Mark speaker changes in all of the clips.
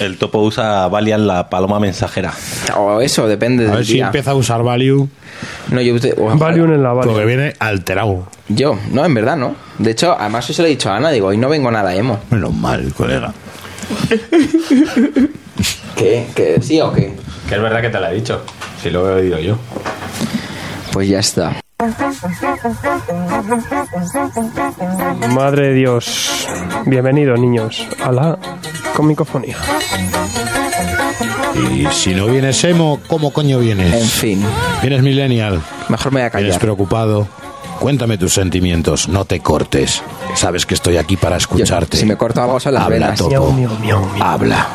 Speaker 1: El topo usa Valiant la paloma mensajera.
Speaker 2: O eso, depende
Speaker 3: A
Speaker 2: del
Speaker 3: ver si
Speaker 2: día.
Speaker 3: empieza a usar Value,
Speaker 2: No, yo, usted- ojalá.
Speaker 4: Valium en la Valium.
Speaker 3: porque viene alterado.
Speaker 2: Yo, no, en verdad no. De hecho, además yo se lo he dicho a Ana, digo, hoy no vengo nada emo.
Speaker 3: Menos mal, colega.
Speaker 2: ¿Qué? ¿Qué? ¿Sí o qué?
Speaker 5: Que es verdad que te la he dicho. Si lo he oído yo.
Speaker 2: Pues ya está.
Speaker 4: Madre de Dios. Bienvenidos, niños, a la comicofonía.
Speaker 3: Y si no vienes emo, ¿cómo coño
Speaker 2: En
Speaker 3: vienes?
Speaker 2: fin,
Speaker 3: Vienes millennial,
Speaker 2: mejor me voy a
Speaker 3: vienes
Speaker 2: callar.
Speaker 3: preocupado. Cuéntame tus sentimientos, no te cortes. Sabes que estoy aquí para
Speaker 2: Yo-
Speaker 3: escucharte.
Speaker 2: si me Ah, corto algo son las
Speaker 3: Habla,
Speaker 2: venas.
Speaker 3: topo.
Speaker 4: Miau, miau, miau, miau.
Speaker 3: Habla.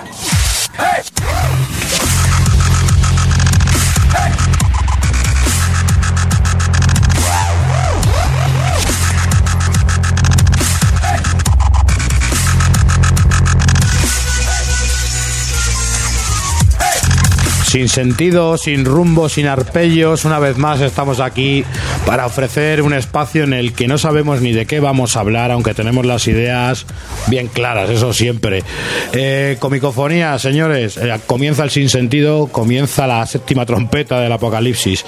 Speaker 3: Sin sentido, sin rumbo, sin arpellos, una vez más estamos aquí para ofrecer un espacio en el que no sabemos ni de qué vamos a hablar, aunque tenemos las ideas bien claras, eso siempre. Eh, comicofonía, señores, eh, comienza el sinsentido, comienza la séptima trompeta del apocalipsis.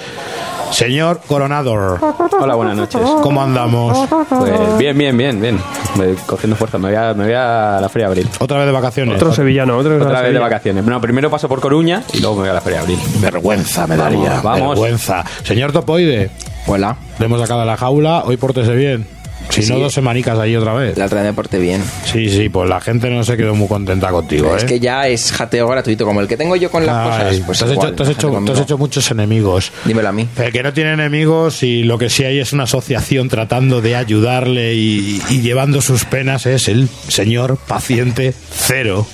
Speaker 3: Señor Coronador,
Speaker 5: Hola, buenas noches.
Speaker 3: ¿cómo andamos?
Speaker 5: Pues bien, bien, bien, bien. Me- Cogiendo fuerza. Me voy a, me voy a la Feria Abril.
Speaker 3: ¿Otra vez de vacaciones?
Speaker 4: Otro sevillano, otro
Speaker 5: Otra vez de
Speaker 4: sevillano.
Speaker 5: vacaciones. No, primero paso por Coruña y luego me voy a la Feria Abril.
Speaker 3: Vergüenza me daría,
Speaker 5: Vamos, vamos.
Speaker 3: vergüenza. Señor Topoide,
Speaker 2: Hola,
Speaker 3: le hemos sacado de la jaula, hoy pórtese bien. Si
Speaker 2: Sí.
Speaker 3: no, dos semanicas allí otra vez.
Speaker 2: la otra vez me porté bien.
Speaker 3: Sí, sí, pues la gente no se quedó muy contenta contigo,
Speaker 2: Es
Speaker 3: ¿eh?
Speaker 2: que ya es jateo gratuito, como el que tengo yo con las
Speaker 3: Ay,
Speaker 2: cosas. Pues
Speaker 3: te has,
Speaker 2: igual,
Speaker 3: hecho, te has
Speaker 2: la
Speaker 3: hecho-
Speaker 2: gente
Speaker 3: te has
Speaker 2: conmigo.
Speaker 3: hecho muchos enemigos.
Speaker 2: Dímelo a mí.
Speaker 3: El que no tiene enemigos y lo que sí hay es una asociación tratando de ayudarle y, y llevando sus penas es el señor paciente cero.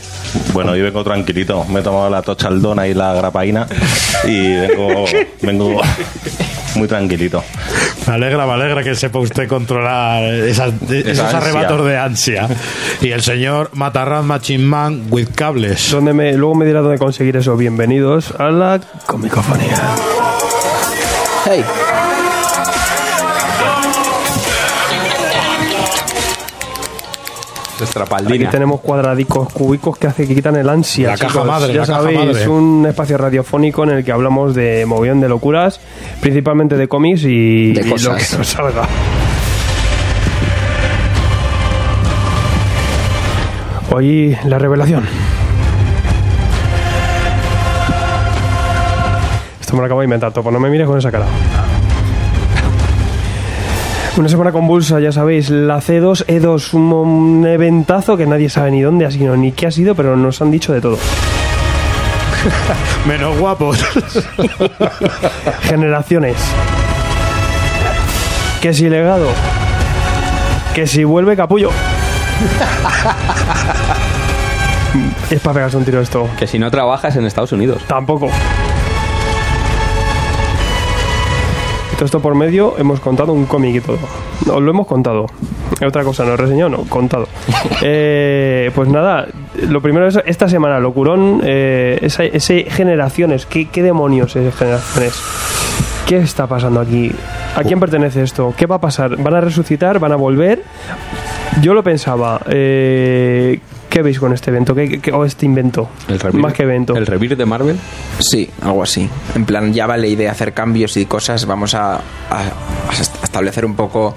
Speaker 1: Bueno, yo vengo tranquilito. Me he tomado la tochaldona y la grapaína y vengo, vengo muy tranquilito.
Speaker 3: Me alegra, me alegra que sepa usted controlar esas- esos
Speaker 1: ansia.
Speaker 3: arrebatos de ansia. Y el señor Matarraz Machimán with cables.
Speaker 4: Donde me, luego me dirá dónde conseguir eso. Bienvenidos a la comicofonía.
Speaker 2: Hey,
Speaker 4: Aquí
Speaker 5: Estrapaldina.
Speaker 4: tenemos cuadradicos cúbicos que hace que quitan el ansia.
Speaker 3: La caja
Speaker 4: chicos.
Speaker 3: madre,
Speaker 4: ya
Speaker 3: la caja
Speaker 4: sabéis,
Speaker 3: madre.
Speaker 4: un espacio radiofónico en el que hablamos de movión de locuras, principalmente de cómics y,
Speaker 2: De
Speaker 4: y lo
Speaker 2: cosas.
Speaker 4: que nos salga. Hoy la revelación. Esto me lo acabo de inventar, Topo. No me mires con esa cara. Una semana convulsa, ya sabéis, la C2, E2, un, un eventazo que nadie sabe ni dónde ha sido ni qué ha sido, pero nos han dicho de todo.
Speaker 3: Menos guapos.
Speaker 4: Generaciones. Que si legado. Que si vuelve capullo. es para pegarse un tiro esto.
Speaker 5: Que si no trabajas en Estados Unidos.
Speaker 4: Tampoco. Y Todo esto por medio hemos contado un cómic y todo. Os lo hemos contado. Otra cosa, no he reseñado, no, contado. Eh, pues nada, lo primero es esta semana, locurón, eh, esa- ese generaciones. ¿qué, ¿Qué demonios es generaciones? ¿Qué está pasando aquí? ¿A quién pertenece esto? ¿Qué va a pasar? ¿Van a resucitar? ¿Van a volver? Yo lo pensaba. eh, ¿Qué veis con este evento? ¿Qué, qué- qué- o este invento?
Speaker 5: revir-
Speaker 4: Más que evento.
Speaker 5: El revir de Marvel.
Speaker 2: sí, algo así. En plan, ya vale idea hacer cambios y cosas. Vamos a, a- a est- a establecer un poco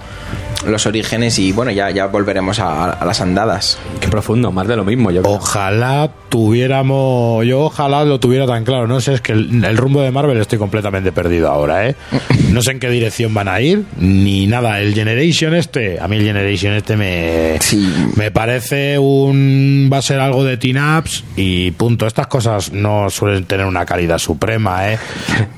Speaker 2: los orígenes y bueno, ya, ya volveremos a, a las andadas.
Speaker 5: Qué profundo, más de lo mismo. Yo creo.
Speaker 3: Ojalá tuviéramos. Yo ojalá lo tuviera tan claro. No sé, es que el, el rumbo de Marvel estoy completamente perdido ahora, ¿eh? No sé en qué dirección van a ir, ni nada. El Generation este, a mí el Generation este me.
Speaker 2: Sí.
Speaker 3: Me parece un. Va a ser algo de Teen Ups y punto. Estas cosas no suelen tener una calidad suprema, ¿eh?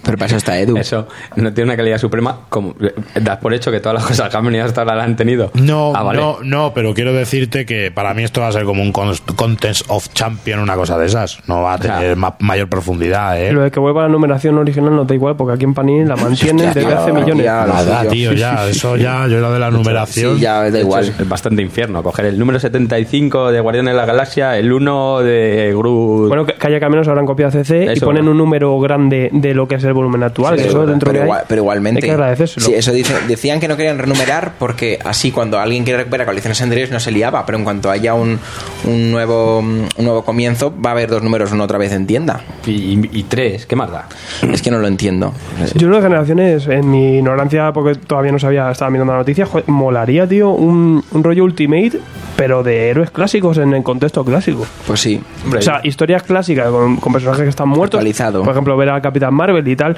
Speaker 2: Pero para eso está Edu.
Speaker 5: Eso no tiene una calidad suprema. Como, eh, das por hecho que todas las cosas que han venido hasta ahora las han tenido.
Speaker 3: No,
Speaker 5: Ah, vale.
Speaker 3: no, no, pero quiero decirte que para mí esto va a ser como un cons- Contest of Champion, una cosa de esas. No va a
Speaker 5: sea,
Speaker 3: tener ma- mayor profundidad, ¿eh?
Speaker 4: Lo de que vuelva la numeración original no da igual, porque aquí en Panini la mantienen
Speaker 2: Hostia,
Speaker 4: desde hace
Speaker 2: tío,
Speaker 4: millones.
Speaker 2: ya, lo
Speaker 3: Nada,
Speaker 2: sé yo.
Speaker 3: tío, ya, eso ya, yo lo de la numeración.
Speaker 2: Sí, ya da
Speaker 5: De hecho,
Speaker 2: igual.
Speaker 5: Es bastante infierno. Coger el número 75 de Guardianes de la Galaxia, el 1 de Groot.
Speaker 4: Bueno, que, que haya caminos habrán copiado CC y
Speaker 5: Eso,
Speaker 4: ponen
Speaker 5: ¿no?
Speaker 4: un número grande de lo que es el volumen actual.
Speaker 2: Sí, es
Speaker 4: que Ah, eso
Speaker 2: verdad.
Speaker 4: dentro
Speaker 2: pero,
Speaker 4: de ahí
Speaker 2: igual- pero igualmente.
Speaker 4: Hay que agradecérselo.
Speaker 2: Sí, eso dice- decían que no querían renumerar porque así cuando alguien quiere recuperar colecciones anteriores no se liaba, pero en cuanto haya un, un nuevo, un nuevo comienzo va a haber dos números uno otra vez en tienda.
Speaker 5: Y, y- y tres, ¿qué más da?
Speaker 2: Es que no lo entiendo.
Speaker 4: Yo lo de generaciones, en mi ignorancia, porque todavía no sabía, estaba mirando la noticia, jo- molaría, tío, un, un rollo Ultimate, pero de héroes clásicos en el contexto clásico.
Speaker 2: Pues sí.
Speaker 5: Hombre,
Speaker 4: O sea, historias clásicas con, con personajes que están muertos.
Speaker 2: Actualizado.
Speaker 4: Por ejemplo, ver a Capitán Marvel y tal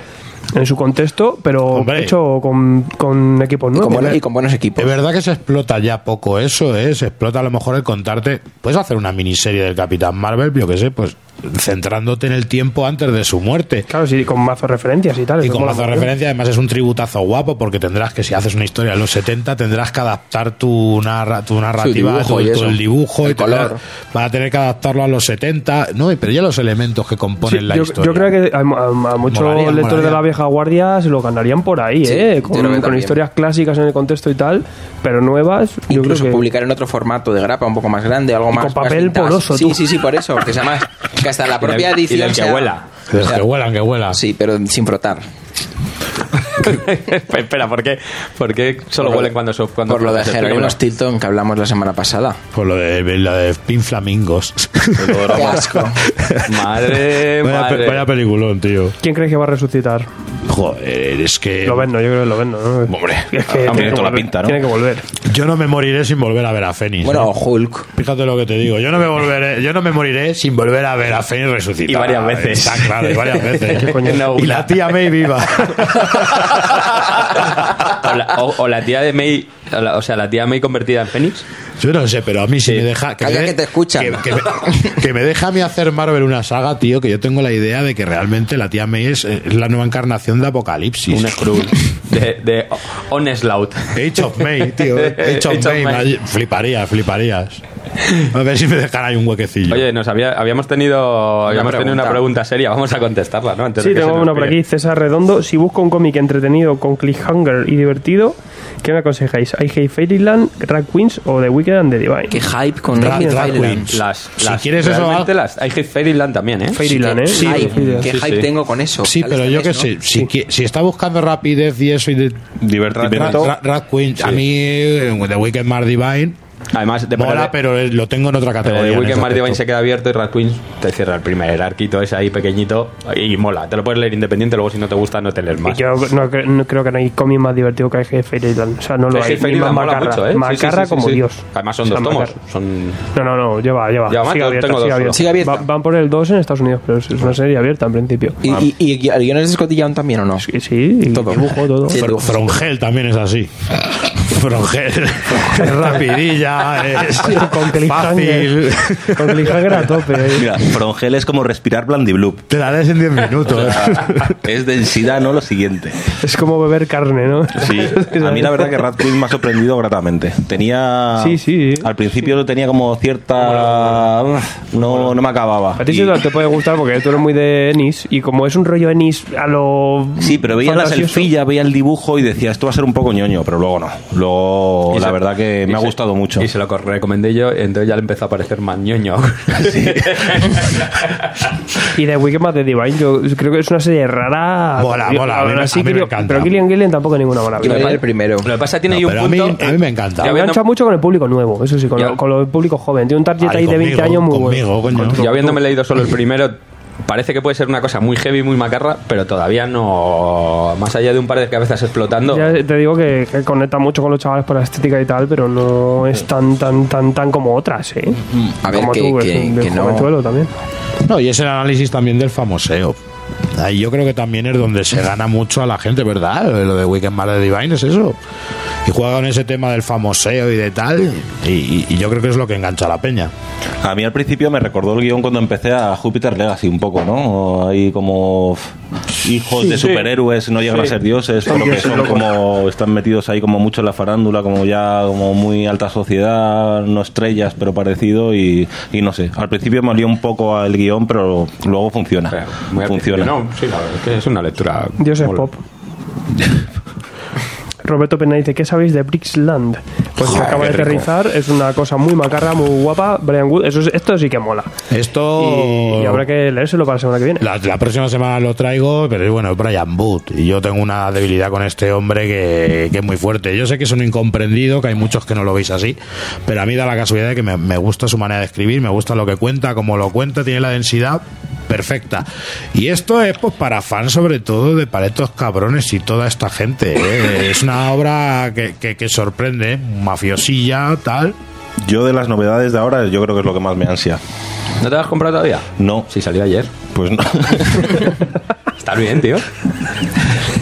Speaker 4: en su contexto, pero
Speaker 3: Hombre.
Speaker 4: hecho con, con equipos
Speaker 2: Y con,
Speaker 4: nuevos.
Speaker 2: buenos, y con buenos equipos.
Speaker 3: Es verdad que se explota ya poco eso, ¿eh? Se explota a lo mejor el contarte. Puedes hacer una miniserie del Capitán Marvel, yo qué sé, pues centrándote en el tiempo antes de su muerte.
Speaker 4: Claro, sí, con mazo de referencias y tal.
Speaker 3: Y
Speaker 4: eso
Speaker 3: como
Speaker 4: mola
Speaker 3: mazo de
Speaker 4: mogollón.
Speaker 3: referencia, además es un tributazo guapo, porque tendrás que, si haces una historia de los 70, tendrás que adaptar tu, narra- tu narrativa,
Speaker 2: dibujo
Speaker 3: tu-
Speaker 2: y
Speaker 3: tu-
Speaker 2: eso.
Speaker 3: el dibujo,
Speaker 2: El
Speaker 3: y tendrás-
Speaker 2: color.
Speaker 3: vas a tener que adaptarlo a los 70, ¿no? Y- Pero ya los elementos que componen
Speaker 4: Sí,
Speaker 3: la
Speaker 4: yo,
Speaker 3: historia.
Speaker 4: yo creo que a, a- a muchos
Speaker 3: Molaría,
Speaker 4: lectores
Speaker 3: molaría.
Speaker 4: de la vieja guardia se lo ganarían por ahí,
Speaker 2: Sí,
Speaker 4: ¿eh?
Speaker 2: yo
Speaker 4: Con,
Speaker 2: creo que
Speaker 4: con
Speaker 2: también.
Speaker 4: historias clásicas en el contexto y tal, pero nuevas. Yo creo
Speaker 2: Incluso
Speaker 4: que...
Speaker 2: publicar en otro formato de grapa, un poco más grande, algo más.
Speaker 4: con
Speaker 2: más
Speaker 4: papel
Speaker 2: vintage.
Speaker 4: poroso,
Speaker 2: Sí,
Speaker 4: tú.
Speaker 2: sí, sí, por eso. Que sea más. Que hasta la
Speaker 5: del-
Speaker 2: propia
Speaker 5: y del
Speaker 2: edición.
Speaker 5: que
Speaker 2: sea-
Speaker 5: huela.
Speaker 3: Que, que vuelan, que vuelan.
Speaker 2: Sí, pero sin frotar.
Speaker 5: Espera, ¿por qué, por qué solo
Speaker 2: Por-
Speaker 5: huelen cuando so- cuando
Speaker 2: Por lo de
Speaker 5: se
Speaker 2: Jerónimo
Speaker 5: experimenta?
Speaker 2: Stilton que hablamos la semana pasada.
Speaker 3: Por Pues lo de, lo de Pin Flamingos.
Speaker 2: Qué asco.
Speaker 5: Madre,
Speaker 3: vaya, pe-
Speaker 5: madre.
Speaker 3: vaya peliculón, tío.
Speaker 4: ¿Quién crees que va a resucitar?
Speaker 3: Joder, es que.
Speaker 4: Lo Loveno, yo creo que Loveno, ¿no?
Speaker 1: Hombre,
Speaker 4: Es
Speaker 1: ha
Speaker 4: que tiene, que
Speaker 1: tenido toda la
Speaker 4: volver,
Speaker 1: pinta, ¿no?
Speaker 4: tiene que volver.
Speaker 3: Yo no me moriré sin volver a ver a Fénix.
Speaker 2: Bueno,
Speaker 3: ¿eh?
Speaker 2: o Hulk.
Speaker 3: Fíjate lo que te digo. Yo no me volveré, yo no me moriré sin volver a ver a Fénix resucitada.
Speaker 5: Y varias veces.
Speaker 3: Está claro, y varias veces.
Speaker 4: ¿Qué coño?
Speaker 5: No,
Speaker 3: y
Speaker 5: una.
Speaker 3: la tía May viva.
Speaker 5: o, la, o- o la tía de May, o, la- o sea, la tía May convertida en Fénix.
Speaker 3: Yo no sé, pero a mí sí, me deja.
Speaker 2: Calla
Speaker 3: me
Speaker 2: que te escuchan.
Speaker 3: Que, que me, que me deja a mí hacer Marvel una saga, tío, que yo tengo la idea de que realmente la tía May es, es la nueva encarnación de Apocalipsis.
Speaker 5: Un Skrull. De, de Onslaught.
Speaker 3: Age of May, tío. Age of,
Speaker 5: Age of
Speaker 3: May.
Speaker 5: May.
Speaker 3: ma- Fliparías, fliparías. A ver si me dejan ahí un huequecillo.
Speaker 5: Oye, nos había- habíamos tenido habíamos tenido
Speaker 2: pregunta.
Speaker 5: una pregunta seria, vamos a contestarla, ¿no? Antes de
Speaker 4: Sí,
Speaker 5: que
Speaker 4: tengo
Speaker 5: se nos
Speaker 4: una por
Speaker 5: pille.
Speaker 4: aquí. César Redondo. Si busco un cómic entretenido con cliffhanger y divertido, ¿qué me aconsejáis? ¿I Hate Fairyland, Drag Queens o The Wicked and the Divine?
Speaker 2: Qué hype con
Speaker 3: Drag-
Speaker 2: Rapid
Speaker 3: Drag
Speaker 2: Island.
Speaker 3: Queens.
Speaker 5: Las,
Speaker 3: Si
Speaker 5: las-
Speaker 3: quieres eso,
Speaker 5: realmente
Speaker 3: ah.
Speaker 5: las, hay Hate Fairyland también, ¿eh?
Speaker 4: Fairyland, ¿eh?
Speaker 2: Qué hype, qué
Speaker 5: Sí,
Speaker 2: hype
Speaker 5: sí.
Speaker 2: tengo con eso.
Speaker 3: Sí,
Speaker 2: Sale
Speaker 3: pero
Speaker 2: este
Speaker 3: yo
Speaker 2: mes,
Speaker 3: que
Speaker 2: ¿no?
Speaker 3: sé, si, qui- si está buscando rapidez y eso y de Ra-
Speaker 1: Divertido.
Speaker 3: Ra- Rat Queen, a mí eh, The Weekend Mar Divine
Speaker 5: Además, de
Speaker 3: mola, pero eh, lo tengo en otra
Speaker 5: Pero
Speaker 3: categoría.
Speaker 5: de
Speaker 3: en
Speaker 5: Weekend
Speaker 3: ese
Speaker 5: Mar Divine se
Speaker 3: aspecto.
Speaker 5: queda abierto y Rat Queens te cierra el primer arquito ese ahí pequeñito y mola. Te lo puedes leer independiente, luego si no te gusta no te lees
Speaker 4: Y
Speaker 5: más.
Speaker 4: Yo no, cre- no creo que no hay cómic más divertido que IGF Fairyland. O sea, no lo hay. Ni
Speaker 5: Hate
Speaker 4: más
Speaker 5: Fairyland mola
Speaker 4: macarra.
Speaker 5: mucho, ¿eh? Sí, sí,
Speaker 4: Macarra
Speaker 5: sí, sí,
Speaker 4: como
Speaker 5: sí.
Speaker 4: Dios.
Speaker 5: Además son
Speaker 4: O sea,
Speaker 5: dos tomos.
Speaker 4: macarra.
Speaker 5: Son...
Speaker 4: No, no, no, lleva, lleva.
Speaker 5: Lleva más,
Speaker 4: sigue
Speaker 5: yo
Speaker 4: abierta,
Speaker 5: tengo
Speaker 4: sigue
Speaker 5: dos
Speaker 4: abierta.
Speaker 2: solo. Sigue abierta.
Speaker 4: Va- van por el 2 en Estados Unidos, pero es es una serie abierta en principio.
Speaker 2: ¿Y, y, y, el guion es de Scott Young también o no?
Speaker 4: Y Sí, y
Speaker 2: Todo.
Speaker 4: dibujo, todo.
Speaker 2: Sí.
Speaker 3: Fro- Frongel también es así. Frongel es rapidilla, es
Speaker 4: Con cliffhanger.
Speaker 3: fácil.
Speaker 4: Con cliffhanger a tope. ¿eh?
Speaker 1: Mira, Frongel es como respirar Blandibloop.
Speaker 3: Te la lees en 10 minutos.
Speaker 1: Es densidad, no lo siguiente.
Speaker 4: Es como beber carne, ¿no?
Speaker 1: Sí, a mí la verdad que Rat Queen me ha sorprendido gratamente. Tenía.
Speaker 4: Sí, sí.
Speaker 1: Al principio tenía como cierta. No, no me acababa.
Speaker 4: A ti
Speaker 1: Y-
Speaker 4: sí te puede gustar porque tú eres muy de Ennis y como es un rollo Ennis a lo.
Speaker 1: Sí, pero veía las la
Speaker 4: fantasioso,
Speaker 1: selfilla, veía el dibujo y decía, esto va a ser un poco ñoño, pero luego no. Luego,
Speaker 5: y
Speaker 1: la
Speaker 5: se-
Speaker 1: verdad que
Speaker 5: y
Speaker 1: me ha
Speaker 5: se-
Speaker 1: gustado mucho.
Speaker 5: Y se lo recomendé yo, entonces ya le empezó a parecer más ñoño.
Speaker 4: Y de Wicked más de Divine, yo creo que es una serie rara.
Speaker 3: Mola,
Speaker 4: Yo-
Speaker 3: mola, a
Speaker 4: aún
Speaker 3: mí me-
Speaker 4: así
Speaker 3: a mí me
Speaker 4: creo-
Speaker 3: encanta.
Speaker 4: Pero Killian Gillen tampoco es ninguna mala.
Speaker 2: Quiero
Speaker 4: Me
Speaker 2: leer el primero.
Speaker 5: Lo que pasa tiene
Speaker 3: No,
Speaker 5: ahí un
Speaker 3: pero a mí-
Speaker 5: punto-
Speaker 3: a mí me encanta.
Speaker 5: Ya
Speaker 3: Me
Speaker 5: viendo-
Speaker 4: engancha mucho con el público nuevo, eso sí, con,
Speaker 5: Ya.
Speaker 4: lo- con el público joven. Tiene un target
Speaker 3: Ay,
Speaker 4: ahí de 20 años muy
Speaker 3: conmigo,
Speaker 4: bueno.
Speaker 3: coño.
Speaker 5: Yo habiéndome leído solo el primero, parece que puede ser una cosa muy heavy, muy macarra, pero todavía no. Más allá de un par de cabezas explotando.
Speaker 4: Ya te digo que, que conecta mucho con los chavales por la estética y tal, pero no es tan tan tan tan como otras, ¿eh?
Speaker 2: Mm-hmm. A ver,
Speaker 4: como
Speaker 2: que-
Speaker 4: tú, es
Speaker 2: que-
Speaker 4: un- de
Speaker 2: que no-
Speaker 4: jovenzuelo también.
Speaker 3: No, y es el análisis también del famoseo. Ahí yo creo que también es donde se gana mucho a la gente, ¿verdad? Lo de Weekend Mar de Divine es eso. Y juega con ese tema del famoseo y de tal. Y, y- y yo creo que es lo que engancha a la peña.
Speaker 1: A mí al principio me recordó el guión cuando empecé a Júpiter Legacy un poco, ¿no? Ahí como f- hijos de superhéroes, no llegan a ser dioses, pero que son como están metidos ahí como mucho en la farándula, como ya como muy alta sociedad, no estrellas, pero parecido y, y no sé. Al principio me olió un poco al guión, pero luego funciona.
Speaker 5: Pero muy al
Speaker 1: funciona.
Speaker 5: principio, No, sí, la verdad es que es una lectura.
Speaker 4: Dios es
Speaker 5: mola.
Speaker 4: pop. Roberto Pena dice, ¿qué sabéis de Brixland? Pues
Speaker 2: Joder,
Speaker 4: acaba de
Speaker 2: qué rico.
Speaker 4: aterrizar, es una cosa muy macarra, muy guapa. Brian Wood, eso, es- esto sí que mola.
Speaker 3: Esto.
Speaker 4: Y, y habrá que leérselo para la semana que viene.
Speaker 3: La, la próxima semana lo traigo, pero bueno, es Brian Wood. Y yo tengo una debilidad con este hombre que, que es muy fuerte. Yo sé que es un incomprendido, que hay muchos que no lo veis así, pero a mí da la casualidad de que me, me gusta su manera de escribir, me gusta lo que cuenta, como lo cuenta, tiene la densidad perfecta. Y esto es pues para fans sobre todo de Paletos Cabrones y toda esta gente. ¿eh? Es una obra que, que- que sorprende, ¿eh? mafiosilla, tal.
Speaker 1: Yo de las novedades de ahora, yo creo que es lo que más me ansia.
Speaker 5: ¿No te lo has comprado todavía?
Speaker 1: No,
Speaker 5: Sí, salió ayer.
Speaker 1: pues no.
Speaker 5: Está bien, tío.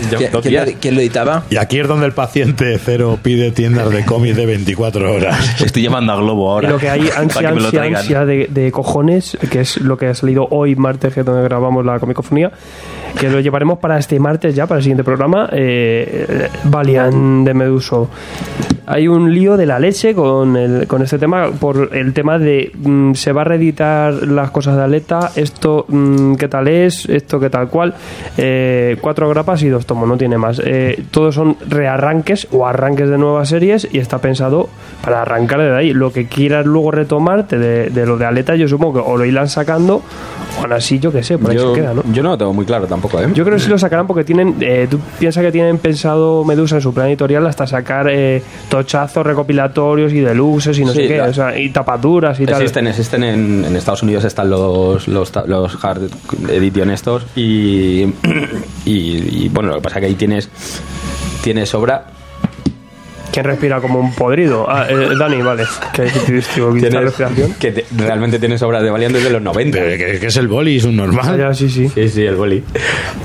Speaker 5: Yo-
Speaker 2: ¿Quién,
Speaker 5: dos
Speaker 2: quién
Speaker 5: días.
Speaker 2: lo, quién lo editaba?
Speaker 3: Y aquí es donde el paciente cero pide tiendas de cómics de 24 horas.
Speaker 1: Estoy llamando a Globo ahora.
Speaker 4: Y lo que hay ansia,
Speaker 1: para que me lo
Speaker 4: ansia,
Speaker 1: traigan.
Speaker 4: ansia de, de cojones, que es lo que ha salido hoy martes, que es donde grabamos la comicofonía, que lo llevaremos para este martes ya, para el siguiente programa, eh, Valiant de Meduso. Hay un lío de la leche con, el- con este tema, por el tema de mm, se va a reeditar las cosas de Aleta, esto mm, qué tal es, esto qué tal cual, eh, cuatro grapas y dos tomos, no tiene más. Eh, todos son rearranques o arranques de nuevas series y está pensado para arrancar de ahí. Lo que quieras luego retomarte de, de lo de Aleta, yo supongo que o lo irán sacando, o aún así, yo qué sé, por ahí
Speaker 5: yo,
Speaker 4: se queda, ¿no?
Speaker 5: yo no lo tengo muy claro tampoco, ¿eh?
Speaker 4: Yo creo que sí lo sacarán porque tienen. eh, Tú piensas que tienen pensado Medusa en su plan editorial hasta sacar eh, tochazos recopilatorios y deluxes y no
Speaker 5: Sí,
Speaker 4: sé qué,
Speaker 5: la-
Speaker 4: o sea, y tapaduras y
Speaker 5: Existen, existen en, en Estados Unidos están los, los, ta- los hard edition estos y, y, y, bueno, lo que pasa es que ahí tienes, tienes obra,
Speaker 4: tal. ¿Quién respira como un podrido? Ah, eh, Dani, vale. Que te distribuye la
Speaker 5: tienes
Speaker 4: respiración.
Speaker 5: que te- realmente tienes obra de Valiant desde los 90.
Speaker 3: Pero que, que es el boli, es un
Speaker 4: Ah,
Speaker 3: normal.
Speaker 4: ya, sí, sí.
Speaker 5: Sí, sí, el boli.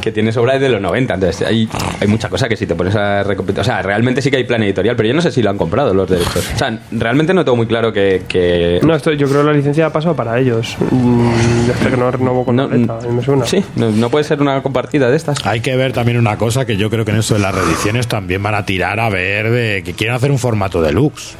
Speaker 5: Que tienes obra desde los 90. Entonces, hay, hay mucha cosa que si te pones a recopilar. O sea, realmente sí que hay plan editorial, pero yo no sé si lo han comprado los derechos. O sea, realmente no tengo muy claro que. que-
Speaker 4: No, esto, yo creo que la licencia ha pasado para ellos. Mm, Ya está que no renovó con
Speaker 5: no-
Speaker 4: Aleta, a mí me suena.
Speaker 5: Sí, no, no puede ser una compartida de estas.
Speaker 3: Hay que ver también una cosa que yo creo que en esto de las reediciones también van a tirar a ver de que quieren hacer un formato deluxe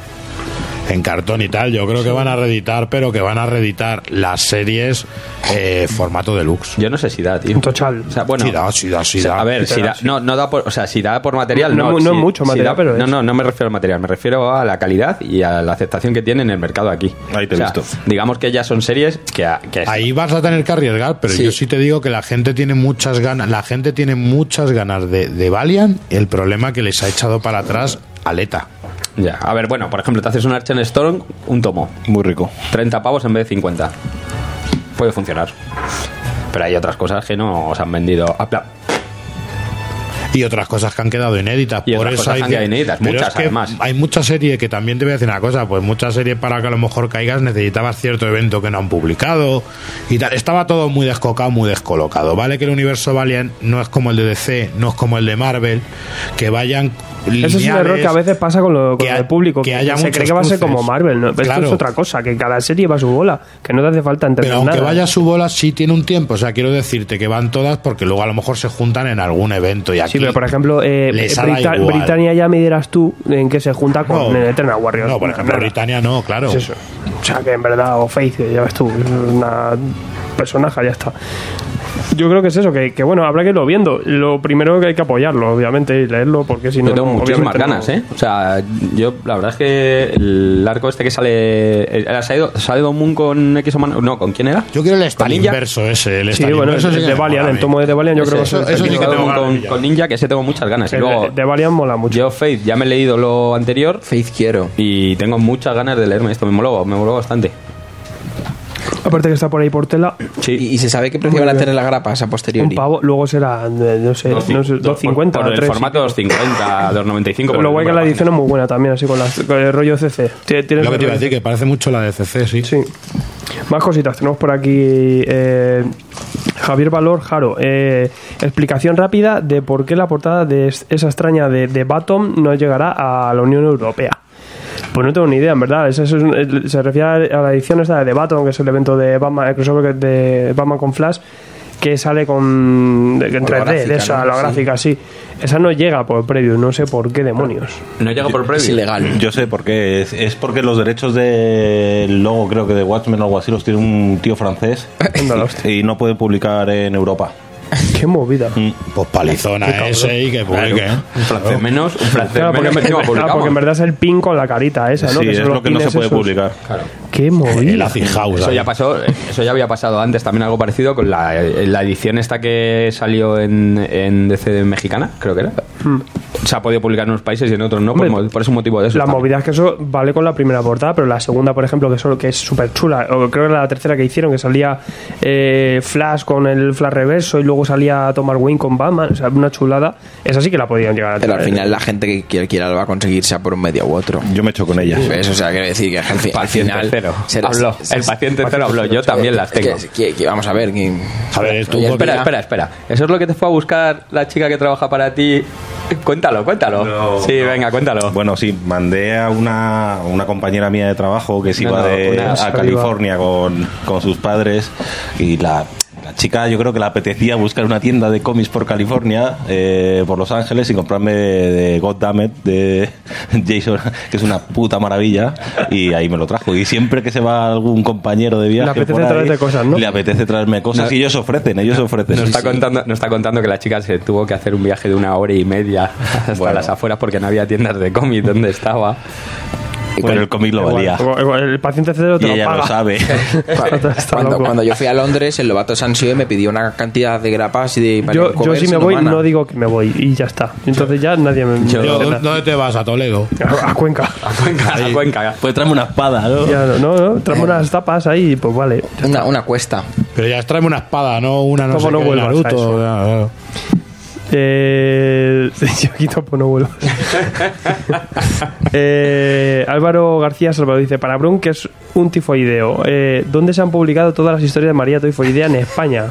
Speaker 3: en cartón y tal. Yo creo que van a reeditar, pero que van a reeditar las series eh, formato deluxe.
Speaker 5: Yo no sé si da, tío.
Speaker 4: Un tochal.
Speaker 5: O sea, bueno.
Speaker 3: Sí da, sí da, sí
Speaker 5: o sea,
Speaker 3: da.
Speaker 5: a ver, si da, no, no da por, o sea, si da por material,
Speaker 4: No
Speaker 5: no.
Speaker 4: mu- no
Speaker 5: si-
Speaker 4: mucho
Speaker 5: si
Speaker 4: material,
Speaker 5: da-
Speaker 4: pero es.
Speaker 5: No, no, no me refiero al material, me refiero a la calidad y a la aceptación que tiene en el mercado aquí.
Speaker 1: Ahí te he
Speaker 5: O sea,
Speaker 1: visto.
Speaker 5: Digamos que ya son series que, a- que
Speaker 3: Ahí vas a tener que arriesgar, pero
Speaker 5: Sí.
Speaker 3: yo sí te digo que la gente tiene muchas ganas, la gente tiene muchas ganas de, de Valiant, el problema que les ha echado para atrás Aleta.
Speaker 5: Ya. A ver, bueno, por ejemplo, te haces un Archen Storm, un tomo.
Speaker 1: Muy rico.
Speaker 5: 30 pavos en vez de 50. Puede funcionar. Pero hay otras cosas que no os han vendido. Ah, pla-
Speaker 3: y otras cosas que han quedado inéditas.
Speaker 5: Y
Speaker 3: por
Speaker 5: otras
Speaker 3: eso
Speaker 5: cosas
Speaker 3: hay
Speaker 5: que han quedado inéditas,
Speaker 3: Pero
Speaker 5: muchas,
Speaker 3: es que
Speaker 5: además.
Speaker 3: Hay muchas series que también te voy a decir una cosa, pues muchas series para que a lo mejor caigas necesitabas cierto evento que no han publicado y tal. Estaba todo muy descocado, muy descolocado. Vale que el universo Valiant no es como el de DC, no es como el de Marvel, que vayan
Speaker 4: Ese es un error
Speaker 3: lineales.
Speaker 4: que a veces pasa con, lo, con
Speaker 3: que ha-
Speaker 4: el público.
Speaker 3: que haya
Speaker 4: se
Speaker 3: muchos
Speaker 4: cree que va a ser
Speaker 3: cruces.
Speaker 4: como Marvel. ¿no? Pero
Speaker 3: Claro.
Speaker 4: Esto es otra cosa, que cada serie va a su bola, que no te hace falta entender
Speaker 3: Pero aunque
Speaker 4: nada.
Speaker 3: vaya a su bola, sí tiene un tiempo. O sea, quiero decirte que van todas porque luego a lo mejor se juntan en algún evento. Y aquí
Speaker 4: Sí, pero por ejemplo, eh,
Speaker 3: les ha dado
Speaker 4: Brita-
Speaker 3: igual.
Speaker 4: Britannia ya me dirás tú en que se junta con
Speaker 3: No.
Speaker 4: Eternal Warriors.
Speaker 3: No, por ejemplo,
Speaker 4: Nada.
Speaker 3: Britannia no, claro.
Speaker 4: Es eso. O sea, que en verdad, o Faith, que ya ves tú, es una personaje, ya está. Yo creo que es eso, que, que bueno, habrá que irlo viendo. Lo primero que hay que apoyarlo, obviamente, y leerlo, porque si no.
Speaker 5: yo tengo
Speaker 4: no,
Speaker 5: muchísimas
Speaker 4: obviamente no-
Speaker 5: ganas, ¿eh? O sea, yo, la verdad es que el arco este que sale. el- ¿Ha salido, sale Don Moon con X o Man- No, ¿con quién era?
Speaker 3: Yo quiero el Stalin
Speaker 5: Ninja?
Speaker 3: verso ese. El
Speaker 4: Sí,
Speaker 3: Stalin
Speaker 4: bueno,
Speaker 3: verso
Speaker 4: el,
Speaker 3: sí
Speaker 4: el
Speaker 3: que
Speaker 4: de
Speaker 3: me
Speaker 4: Valiant,
Speaker 3: mola a
Speaker 4: el
Speaker 3: mí.
Speaker 4: tomo de Valiant, yo creo que
Speaker 3: Eso-
Speaker 4: es
Speaker 3: eso
Speaker 4: el
Speaker 3: sí que tengo
Speaker 5: Don Moon
Speaker 3: ganas
Speaker 5: Pues con,
Speaker 3: de pillar.
Speaker 5: con Ninja, que ese tengo muchas ganas. Y
Speaker 4: el
Speaker 5: luego,
Speaker 4: de, de Valiant mola mucho.
Speaker 5: yo, Faith, ya me he leído lo anterior
Speaker 2: Faith Quiero.
Speaker 5: y tengo muchas ganas de leerme esto. Me moló, me moló bastante.
Speaker 4: Aparte que está por ahí Portela,
Speaker 5: Sí.
Speaker 2: ¿Y, y se sabe qué precio van a tener las grapas a
Speaker 4: un
Speaker 2: posteriori?
Speaker 4: pavo, luego será, eh, no sé,
Speaker 5: Dos-
Speaker 4: no sé,
Speaker 5: dos-
Speaker 4: 250
Speaker 5: por, por el
Speaker 4: tres.
Speaker 5: formato 250, 295. por
Speaker 4: Lo
Speaker 5: el
Speaker 4: guay que
Speaker 5: número
Speaker 4: la
Speaker 5: de
Speaker 4: edición es muy buena también, así con, las, con el rollo CC. Tiene- tiene
Speaker 3: Lo que
Speaker 4: el
Speaker 3: te iba a
Speaker 4: rollo
Speaker 3: decir, que parece mucho la de CC, sí.
Speaker 4: Sí. Más cositas. Tenemos por aquí eh, Javier Valor Jaro. eh, explicación rápida de por qué la portada de es- esa extraña de, de Batom no llegará a la Unión Europea. Pues no tengo ni idea, en verdad. Eso es un- el- se refiere a la edición esta de Batom, que es el evento de Batman, el crossover que- de Batman con Flash, que sale con de- en 3D, de
Speaker 2: gráfica,
Speaker 4: esa,
Speaker 2: ¿no?
Speaker 4: la
Speaker 2: Sí.
Speaker 4: gráfica, sí. Esa no llega por preview, no sé por qué demonios.
Speaker 5: página. No llega por
Speaker 2: Es
Speaker 5: previo.
Speaker 2: ilegal.
Speaker 1: Yo sé por qué. Es, es porque los derechos del logo, creo que de Watchmen o algo así, los tiene un tío francés.
Speaker 4: Anda, la hostia.
Speaker 1: y no puede publicar en Europa.
Speaker 4: Qué movida.
Speaker 1: Mm,
Speaker 3: Pues palizona ese y que publique.
Speaker 5: Un francés menos, un francés
Speaker 4: Claro, porque,
Speaker 5: menos.
Speaker 4: en-
Speaker 5: encima
Speaker 4: ah,
Speaker 5: publicamos.
Speaker 4: porque en verdad es el pin con la carita esa, ¿no?
Speaker 1: sí,
Speaker 4: son
Speaker 1: es
Speaker 4: los
Speaker 1: lo que no se
Speaker 4: pines
Speaker 1: puede
Speaker 4: esos.
Speaker 1: publicar.
Speaker 5: Claro.
Speaker 4: Qué
Speaker 3: El
Speaker 4: movida.
Speaker 3: acid house.
Speaker 5: Eso
Speaker 3: ahí.
Speaker 5: ya pasó, eso ya había pasado antes, también algo parecido con la, la edición esta que salió en, en DC mexicana, creo que era. Se ha podido publicar en unos países y en otros no, por,
Speaker 4: Hmm. Hombre,
Speaker 5: mo- por ese motivo de eso.
Speaker 4: La
Speaker 5: también.
Speaker 4: movida es que eso vale con la primera portada, pero la segunda, por ejemplo, que, solo, que es súper chula, o creo que la tercera que hicieron, que salía eh, Flash con el Flash reverso y luego salía Thomas Wayne con Batman, o sea, una chulada. Esa sí que la podían llegar a
Speaker 2: Pero al
Speaker 4: traer.
Speaker 2: final la gente que quiera- quiera lo va a conseguir sea por un medio u otro.
Speaker 1: Yo me echo con ellas.
Speaker 2: Pues, o sea, quiero decir que al, fi- al
Speaker 5: Paciente
Speaker 2: final.
Speaker 5: cero.
Speaker 2: se las-
Speaker 5: Habló.
Speaker 2: se-
Speaker 5: El paciente
Speaker 2: se-
Speaker 5: cero habló. Yo
Speaker 2: se-
Speaker 5: también las
Speaker 2: que-
Speaker 5: tengo.
Speaker 2: que- que vamos a ver. que-
Speaker 3: A ver, es tu
Speaker 2: Oye,
Speaker 5: Espera,
Speaker 2: Mira.
Speaker 5: espera, espera. ¿Eso es lo que te fue a buscar la chica que trabaja para ti? Cuéntalo, cuéntalo.
Speaker 1: No,
Speaker 5: sí,
Speaker 1: no.
Speaker 5: venga, cuéntalo.
Speaker 4: Ah.
Speaker 1: Bueno, sí, mandé a una, a una compañera mía de trabajo que se
Speaker 5: No,
Speaker 1: iba
Speaker 5: no,
Speaker 1: de,
Speaker 5: una-
Speaker 1: a California con, con sus padres y la, la chica yo creo que le apetecía buscar una tienda de cómics por California, eh, por Los Ángeles y comprarme de God Damn It de Jason, que es una puta maravilla y ahí me lo trajo. Y siempre que se va algún compañero de viaje
Speaker 4: Le apetece
Speaker 1: por ahí,
Speaker 4: traerte cosas, ¿no?
Speaker 1: Le apetece traerme cosas
Speaker 5: No.
Speaker 1: y ellos ofrecen, ellos ofrecen.
Speaker 5: Nos
Speaker 1: Sí,
Speaker 5: está,
Speaker 1: sí.
Speaker 5: contando, nos está contando que la chica se tuvo que hacer un viaje de una hora y media hasta
Speaker 1: Bueno.
Speaker 5: las afueras porque no había tiendas de cómic donde estaba.
Speaker 1: Pero el cómic lo valía.
Speaker 4: Igual, El paciente cero te
Speaker 1: Y
Speaker 4: lo
Speaker 1: ella
Speaker 4: paga.
Speaker 1: lo sabe.
Speaker 4: Está- está
Speaker 2: Cuando,
Speaker 4: loco.
Speaker 2: cuando yo fui a Londres, el Lobato Sansio me pidió una cantidad de grapas y de.
Speaker 4: yo, yo
Speaker 2: covers
Speaker 4: si me voy,
Speaker 2: inhumana.
Speaker 4: no digo que me voy y ya está. Entonces ya nadie me.
Speaker 5: Yo-
Speaker 4: me
Speaker 3: Yo,
Speaker 4: dice nada.
Speaker 3: ¿Dónde te vas? A Toledo.
Speaker 4: a Cuenca.
Speaker 5: A Cuenca, a Cuenca.
Speaker 1: Puede traerme una espada, ¿no?
Speaker 4: Ya, no, no, traemos unas tapas ahí, pues vale.
Speaker 2: Una, una cuesta.
Speaker 3: Pero ya tráeme una espada, no una no
Speaker 4: ¿Cómo
Speaker 3: sé
Speaker 4: no
Speaker 3: qué,
Speaker 4: vuelvas a
Speaker 3: Naruto.
Speaker 4: eso?
Speaker 3: ya, ya.
Speaker 4: Eh, yo aquí tampoco no vuelvo. Eh, Álvaro García Salvador dice: Para Brun, que es un tifoideo, eh, ¿dónde se han publicado todas las historias de María Tifoidea en España?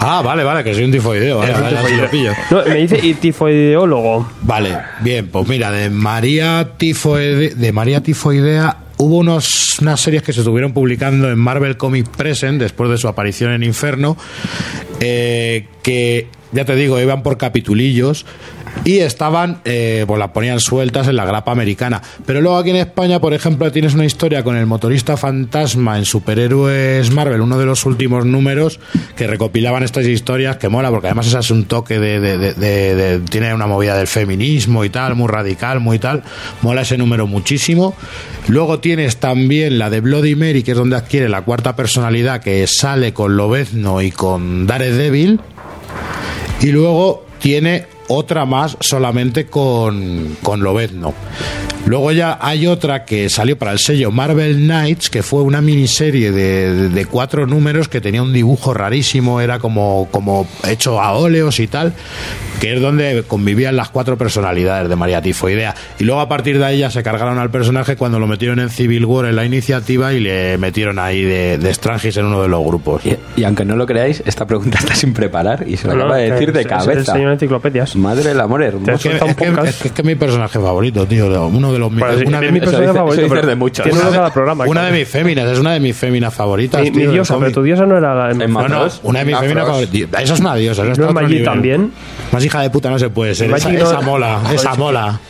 Speaker 3: Ah, vale, vale, que soy un tifoideo. Vale, vale, así lo pillo.
Speaker 4: No, me dice y tifoideólogo.
Speaker 3: Vale, bien, pues mira, de María Tifoide, de María Tifoidea hubo unos, unas series que se estuvieron publicando en Marvel Comics Present después de su aparición en Inferno, eh, que ya te digo, iban por capitulillos y estaban, eh, pues las ponían sueltas en la grapa americana. Pero luego aquí en España, por ejemplo, tienes una historia con el motorista fantasma en Superhéroes Marvel, uno de los últimos números que recopilaban estas historias, que mola, porque además esa es un toque de, de- de- de- de- tiene una movida del feminismo y tal, muy radical, muy tal, mola ese número muchísimo. Luego tienes también la de Bloody Mary, que es donde adquiere la cuarta personalidad que sale con Lobezno y con Daredevil. Y luego tiene otra más solamente con, con Lobezno. Luego ya hay otra que salió para el sello Marvel Knights, que fue una miniserie de, de- de cuatro números que tenía un dibujo rarísimo, era como, como hecho a óleos y tal, que es donde convivían las cuatro personalidades de María Tifoidea. Y luego a partir de ahí ya se cargaron al personaje cuando lo metieron en Civil War en la iniciativa y le metieron ahí de, de Strangis en uno de los grupos.
Speaker 5: Y, y aunque no lo creáis, esta pregunta está sin preparar y se lo acaba de
Speaker 4: No, que
Speaker 5: decir de
Speaker 4: es- Es el
Speaker 5: cabeza.
Speaker 4: señor enciclopedias.
Speaker 5: Madre del amor
Speaker 3: Es
Speaker 5: hermoso.
Speaker 3: que,
Speaker 4: Suelta un
Speaker 3: es, que-
Speaker 4: podcast.
Speaker 3: es que- es que es mi personaje favorito, tío. lo- Uno de los mi-
Speaker 4: Bueno, sí,
Speaker 3: una de
Speaker 4: es
Speaker 3: mi-
Speaker 4: mi personaje
Speaker 5: dice-
Speaker 4: favorito.
Speaker 5: eso dice
Speaker 4: pero
Speaker 5: de muchos.
Speaker 4: Tiene uno
Speaker 5: Una de-
Speaker 4: cada programa.
Speaker 3: una
Speaker 4: claro.
Speaker 3: de mis féminas, es una de mis féminas favoritas.
Speaker 4: Mi-
Speaker 3: tío,
Speaker 4: mi
Speaker 3: del
Speaker 4: diosa,
Speaker 3: cómic.
Speaker 4: pero tu diosa no era la.
Speaker 5: Emma
Speaker 3: No, no,
Speaker 5: Frost.
Speaker 3: una de mis
Speaker 2: Emma
Speaker 3: féminas
Speaker 2: Frost.
Speaker 3: favoritas. Eso es una diosa. Eso
Speaker 4: ¿No
Speaker 3: está
Speaker 4: es
Speaker 3: otro
Speaker 4: Maggie
Speaker 3: nivel.
Speaker 4: también?
Speaker 3: Más hija de puta no se puede ser. Esa,
Speaker 4: Maggie no-
Speaker 3: esa mola,
Speaker 4: Joder,
Speaker 3: esa
Speaker 4: sí.
Speaker 3: mola.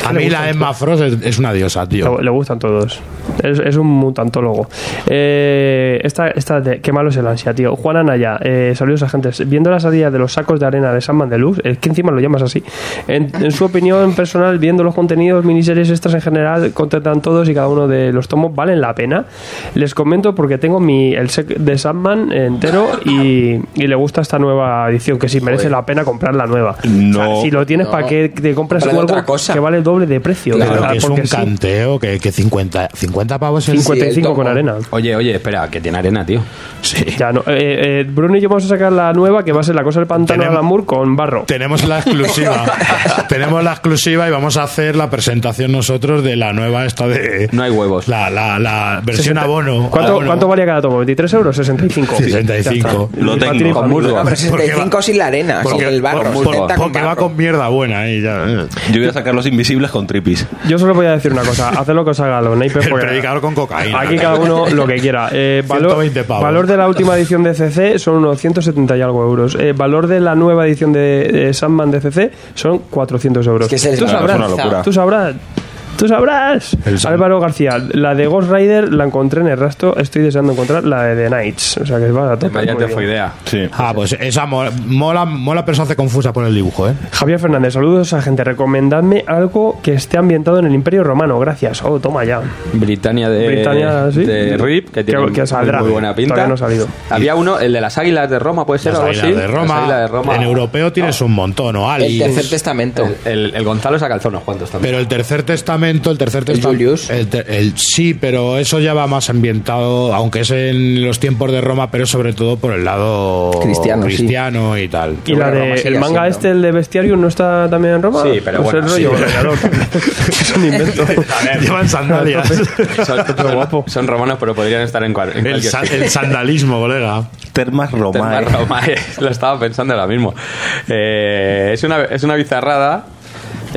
Speaker 4: que
Speaker 3: A
Speaker 4: le
Speaker 3: mí
Speaker 4: gustan,
Speaker 3: la Emma Frost es, es una diosa, tío.
Speaker 4: Le, le gustan todos. Es, es un mutantólogo. Eh, esta, esta de- qué malo es el ansia, tío. Juan Anaya, eh, saludos agentes. Viendo la salida de los sacos de arena de San Mandelux, es que encima lo llamas así. En, en su opinión personal, viendo los contenidos, miniseries estas en general, contratan todos y cada uno de los tomos valen la pena. Les comento porque tengo mi el sec de Sandman entero y, y le gusta esta nueva edición, que sí merece la pena comprar la nueva.
Speaker 1: No.
Speaker 4: O sea, si lo tienes,
Speaker 2: No.
Speaker 4: ¿para qué te compras
Speaker 2: Cómprale
Speaker 4: algo
Speaker 2: otra cosa.
Speaker 4: que vale el doble de precio?
Speaker 2: Claro,
Speaker 4: De
Speaker 3: Pero
Speaker 4: verdad,
Speaker 3: que es
Speaker 4: porque
Speaker 3: un
Speaker 4: sí.
Speaker 3: canteo, que, que 50, 50 pavos es...
Speaker 4: 55
Speaker 2: Sí, el
Speaker 4: con
Speaker 2: topo.
Speaker 4: arena.
Speaker 5: Oye, oye, espera, que tiene arena, tío.
Speaker 3: Sí.
Speaker 4: Ya no. Eh, eh, Bruno y yo vamos a sacar la nueva que va a ser la cosa del pantano
Speaker 3: Tenemos-
Speaker 4: al amor con barro.
Speaker 3: Tenemos la exclusiva. Tenemos la exclusiva y vamos a hacer la presentación nosotros de la nueva esta de...
Speaker 5: No hay huevos.
Speaker 3: Pues La, la, la versión abono.
Speaker 4: ¿Cuánto,
Speaker 3: abono.
Speaker 4: cuánto valía cada tomo? ¿23 euros? 65.
Speaker 3: 65.
Speaker 1: Lo tengo.
Speaker 4: Patrick
Speaker 5: Con
Speaker 4: Patrick.
Speaker 5: musgo.
Speaker 2: Pero 65 sin la arena,
Speaker 3: Porque,
Speaker 2: sin Ah, el barro.
Speaker 3: por-
Speaker 5: porque-
Speaker 2: sustenta
Speaker 3: porque va
Speaker 2: barro.
Speaker 3: con mierda buena ahí ya. eh. El
Speaker 1: Yo voy a sacar los invisibles con tripis.
Speaker 4: Yo solo voy a decir una cosa: haced lo que os haga los naipes. porque-
Speaker 3: predicador con cocaína.
Speaker 4: Aquí cada uno lo que quiera. Eh, valor,
Speaker 3: 120 pavos.
Speaker 4: valor de la última edición de CC son unos 170 y algo euros. Eh, valor de la nueva edición de, de Sandman de CC son 400 euros.
Speaker 2: Es que es el-
Speaker 4: tú
Speaker 2: Claro,
Speaker 1: es
Speaker 4: sabrás.
Speaker 1: una locura.
Speaker 4: Tú sabrás. Tú sabrás.
Speaker 3: El Sam-
Speaker 4: Álvaro García, la de Ghost Rider la encontré en el rastro. Estoy deseando encontrar la de The Knights. O sea que va a tope,
Speaker 5: Ya
Speaker 4: muy
Speaker 5: te
Speaker 4: bien.
Speaker 5: fue idea.
Speaker 1: Sí.
Speaker 3: Ah, pues esa mo- mola, mola, pero se hace confusa por el dibujo, ¿eh?
Speaker 4: Javier Fernández, saludos a gente. Recomendadme algo que esté ambientado en el Imperio Romano. Gracias. Oh, toma ya.
Speaker 5: Britannia de,
Speaker 4: Britannia, sí.
Speaker 5: de RIP, que tiene
Speaker 4: Que- que saldrá.
Speaker 5: muy buena pinta.
Speaker 4: Todavía no ha salido.
Speaker 5: Había uno, el de las águilas de Roma, puede ser
Speaker 3: Las
Speaker 5: algo
Speaker 3: águilas
Speaker 5: así.
Speaker 3: de Roma.
Speaker 5: Las águilas de Roma.
Speaker 3: En europeo tienes un montón, o
Speaker 2: El
Speaker 3: Ali.
Speaker 2: tercer testamento.
Speaker 5: El, el- el Gonzalo saca el zona, ¿cuántos también?
Speaker 3: Pero el tercer testamento, el tercer
Speaker 2: El
Speaker 3: testamento.
Speaker 2: Julius.
Speaker 3: sí, pero eso ya va más ambientado, aunque es en los tiempos de Roma, pero sobre todo por el lado
Speaker 2: Cristiano, sí.
Speaker 3: cristiano y tal.
Speaker 4: Y la
Speaker 2: Bueno,
Speaker 4: de
Speaker 2: Roma sigue
Speaker 4: el manga
Speaker 2: siendo.
Speaker 4: este, el de Bestiarium, ¿no está también en Roma?
Speaker 5: Sí, pero
Speaker 4: No sé,
Speaker 5: bueno,
Speaker 4: el rollo.
Speaker 5: sí.
Speaker 4: ordenador. es un invento.
Speaker 3: Llevan sandalias.
Speaker 5: son, son- son romanos, pero podrían estar en, cual,
Speaker 3: el,
Speaker 5: en
Speaker 3: Oh,
Speaker 5: cualquier
Speaker 3: sa-
Speaker 5: sitio.
Speaker 3: el sandalismo, colega.
Speaker 1: Termas
Speaker 5: Tema
Speaker 1: Romae.
Speaker 5: Romae, lo estaba pensando ahora mismo. Eh, es, una, es una bizarrada.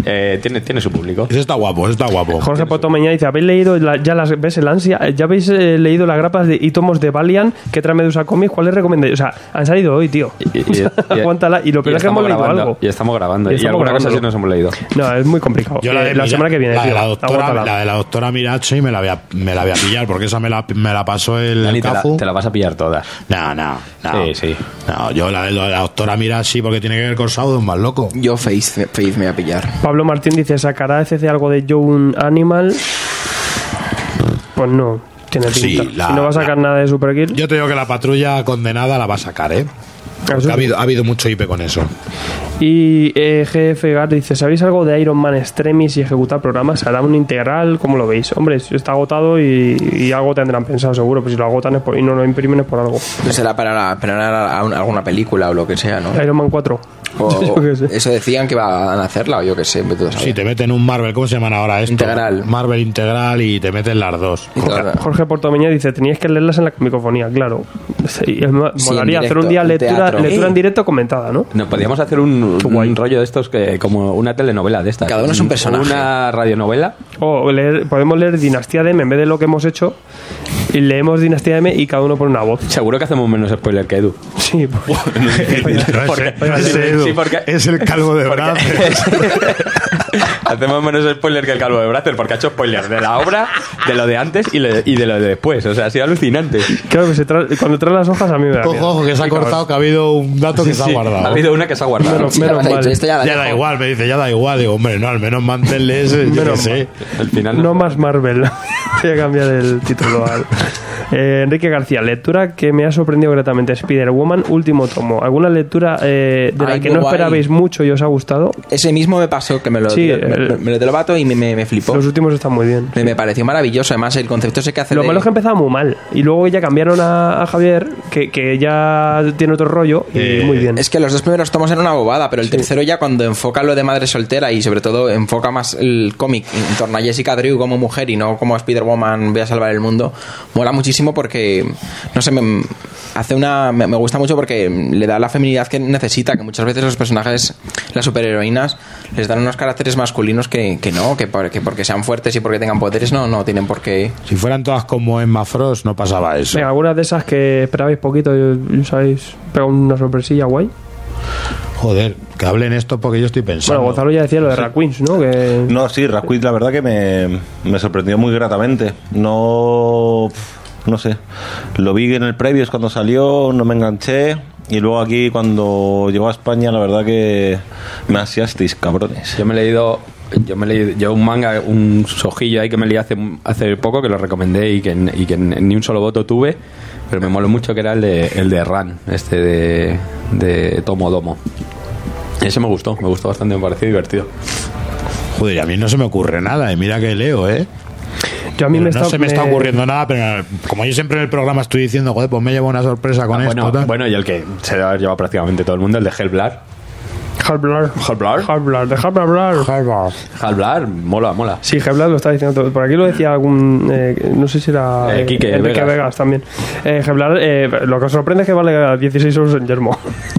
Speaker 5: eh, tiene, tiene su público.
Speaker 3: Ese está guapo, ese está guapo.
Speaker 4: Jorge Potomeña dice, ¿habéis leído, la- ya las ves el ansia, ya habéis eh, leído las grapas de, y tomos de Valiant que trae Medusa Comics? ¿Cuáles recomendáis? O sea, han salido hoy, tío.
Speaker 5: Y- y- y-
Speaker 4: Aguántala. Y lo
Speaker 5: y
Speaker 4: peor es que
Speaker 5: estamos
Speaker 4: hemos leído
Speaker 5: grabando,
Speaker 4: algo.
Speaker 5: Y estamos grabando.
Speaker 4: Y
Speaker 5: Y,
Speaker 4: estamos
Speaker 5: alguna cosa sí
Speaker 4: grabándolo.
Speaker 5: nos hemos leído.
Speaker 4: No, es muy complicado.
Speaker 3: Yo la,
Speaker 4: Eh,
Speaker 3: de
Speaker 4: la
Speaker 3: Mira-
Speaker 4: semana que viene,
Speaker 3: la de
Speaker 4: tío.
Speaker 3: la doctora,
Speaker 4: Aguántala.
Speaker 3: la de la doctora Mirachi me la voy a, me la voy a pillar porque esa me la, me la pasó el
Speaker 5: Dani, te la,
Speaker 3: Cafu.
Speaker 5: te la vas a pillar todas.
Speaker 3: No, no, no.
Speaker 5: Sí, sí.
Speaker 3: No, yo la de la, la doctora Mirachi porque tiene que ver con Saudon, más loco.
Speaker 2: Yo Faith, Faith me voy a pillar.
Speaker 4: Pablo Martín dice, ¿sacará CC algo de Young Animal? Pues no, tiene pinta.
Speaker 3: Sí, la-
Speaker 4: si no va a sacar
Speaker 3: la-
Speaker 4: nada de Super Kill.
Speaker 3: Yo te digo que la patrulla condenada la va a sacar, ¿eh? Porque
Speaker 4: Eso-
Speaker 3: ha, habido, ha habido mucho IP con eso.
Speaker 4: Y eh, GF Gar dice, ¿sabéis algo de Iron Man Extremis y ejecutar programas? ¿Hará un integral? ¿Cómo lo veis? Hombre, está agotado y, y algo tendrán pensado seguro, pues si lo agotan es por- y no lo imprimen es por algo.
Speaker 2: No será para, la- para la- a un- alguna película o lo que sea, ¿no?
Speaker 4: Iron Man 4.
Speaker 2: O-
Speaker 4: Yo qué sé.
Speaker 2: eso decían que van a hacerla o yo qué sé. vete tú a saber.
Speaker 3: Si te meten un Marvel, ¿cómo se llaman ahora esto?
Speaker 2: Integral.
Speaker 3: Marvel integral y te meten las dos.
Speaker 2: Y todo-
Speaker 4: Jorge Portomeña dice, teníais que leerlas en la comicofonía, claro. Sí, es ma-
Speaker 2: Sí, en
Speaker 4: molaría hacer
Speaker 2: directo,
Speaker 4: un día
Speaker 2: en
Speaker 4: lectura,
Speaker 2: teatro.
Speaker 4: lectura en
Speaker 2: Eh.
Speaker 4: directo comentada, ¿no?
Speaker 5: No, podríamos hacer un, un rollo de estos que como una telenovela de estas.
Speaker 2: Cada uno es un personaje.
Speaker 5: Una radionovela.
Speaker 4: O leer- podemos leer Dinastía de M en vez de lo que hemos hecho. Y leemos Dinastía de M y cada uno pone una voz.
Speaker 5: Seguro que hacemos menos spoiler que Edu.
Speaker 4: Sí, pues,
Speaker 3: Ese- ese
Speaker 5: sí,
Speaker 3: Edu,
Speaker 5: sí, porque-
Speaker 3: es el calvo de verdad.
Speaker 5: Hacemos menos spoiler que el calvo de Bracer porque ha hecho spoiler de la obra, de lo de antes y, le- y de lo de después. O sea, ha sido alucinante.
Speaker 4: claro que se tra- cuando trae las hojas a mí me da
Speaker 3: Ojo,
Speaker 4: miedo.
Speaker 3: ojo, que se ha cortado, que ha habido un dato que se ha
Speaker 5: Sí,
Speaker 3: guardado.
Speaker 5: ha habido una que se ha guardado.
Speaker 4: Menos-
Speaker 2: Sí, ya
Speaker 4: menos
Speaker 2: la has
Speaker 4: mal.
Speaker 2: dicho, esta ya la
Speaker 3: Ya da
Speaker 2: dejo.
Speaker 3: igual, me dice, ya da igual. Digo, hombre, no, al menos manténle ese, yo qué
Speaker 4: Menos
Speaker 3: sé.
Speaker 5: Al final
Speaker 4: No más Marvel. Voy a cambiar el título al. Eh, Enrique García, lectura que me ha sorprendido gratamente. Spider-Woman, último tomo. ¿Alguna lectura eh, de la
Speaker 2: Ay,
Speaker 4: que
Speaker 2: qué
Speaker 4: no
Speaker 2: guay.
Speaker 4: esperabais mucho y os ha gustado?
Speaker 2: Ese mismo me pasó que me lo,
Speaker 4: Sí,
Speaker 2: me,
Speaker 4: el-
Speaker 2: me lo dio el vato y me, me, me flipó.
Speaker 4: Los últimos están muy bien.
Speaker 2: Me, me pareció maravilloso. Además, el concepto ese que hace.
Speaker 4: Lo
Speaker 2: de-
Speaker 4: malo es que empezaba muy mal. Y luego ya cambiaron a, a Javier, que, que ya tiene otro rollo. Y
Speaker 3: Eh,
Speaker 4: muy bien.
Speaker 2: Es que los dos primeros tomos eran una bobada, pero el tercero ya cuando enfoca lo de madre soltera y sobre todo enfoca más el cómic en torno a Jessica Drew como mujer y no como Spider-Woman voy a salvar el mundo, mola muchísimo porque, no sé, me, hace una, me, me gusta mucho porque le da la feminidad que necesita, que muchas veces los personajes, las superheroínas, les dan unos caracteres masculinos que, que no, que, por- que porque sean fuertes y porque tengan poderes, no, no tienen por qué.
Speaker 3: Si fueran todas como Emma Frost, no pasaba eso.
Speaker 4: Venga, algunas de esas que esperabais poquito y os habéis pegado una sorpresilla guay.
Speaker 3: Joder, que hablen esto porque yo estoy pensando.
Speaker 4: Bueno, Gonzalo ya decía lo de Raquins, ¿no? Que...
Speaker 1: No, sí, Rasquid la verdad que me, me sorprendió muy gratamente. No, no sé, lo vi en el previo, es cuando salió, no me enganché. Y luego aquí cuando llegó a España, la verdad que me asiasteis, cabrones.
Speaker 5: Yo me he leído. Yo me he leído yo un manga, un sojillo ahí que me leí hace, hace poco que lo recomendé y que, y que ni un solo voto tuve, pero me moló mucho que era el de, el de Ran, este de, de Tomo Domo. Ese me gustó, me gustó bastante, me pareció divertido.
Speaker 3: Joder, y a mí no se me ocurre nada, y mira que leo, ¿eh?
Speaker 4: Yo a mí
Speaker 3: Pero no
Speaker 4: me está-
Speaker 3: se me está ocurriendo nada, pero como yo siempre en el programa estoy diciendo, joder, pues me llevo una sorpresa con esto.
Speaker 5: Ah, Bueno,
Speaker 3: tal.
Speaker 5: bueno, y el que se lo ha llevado prácticamente todo el mundo, el de Hellblar.
Speaker 4: Halblar.
Speaker 5: Hellblar.
Speaker 4: Halblar, dejadme hablar.
Speaker 3: Harvard.
Speaker 5: Hellblar, mola, mola.
Speaker 4: Sí, Heblas lo está diciendo todo. Por aquí lo decía algún. eh, no sé si era.
Speaker 5: Eh, Quique
Speaker 4: Enrique
Speaker 5: Vegas.
Speaker 4: también. Eh, Heblar, eh, lo que os sorprende es que vale a 16 euros en Yermo.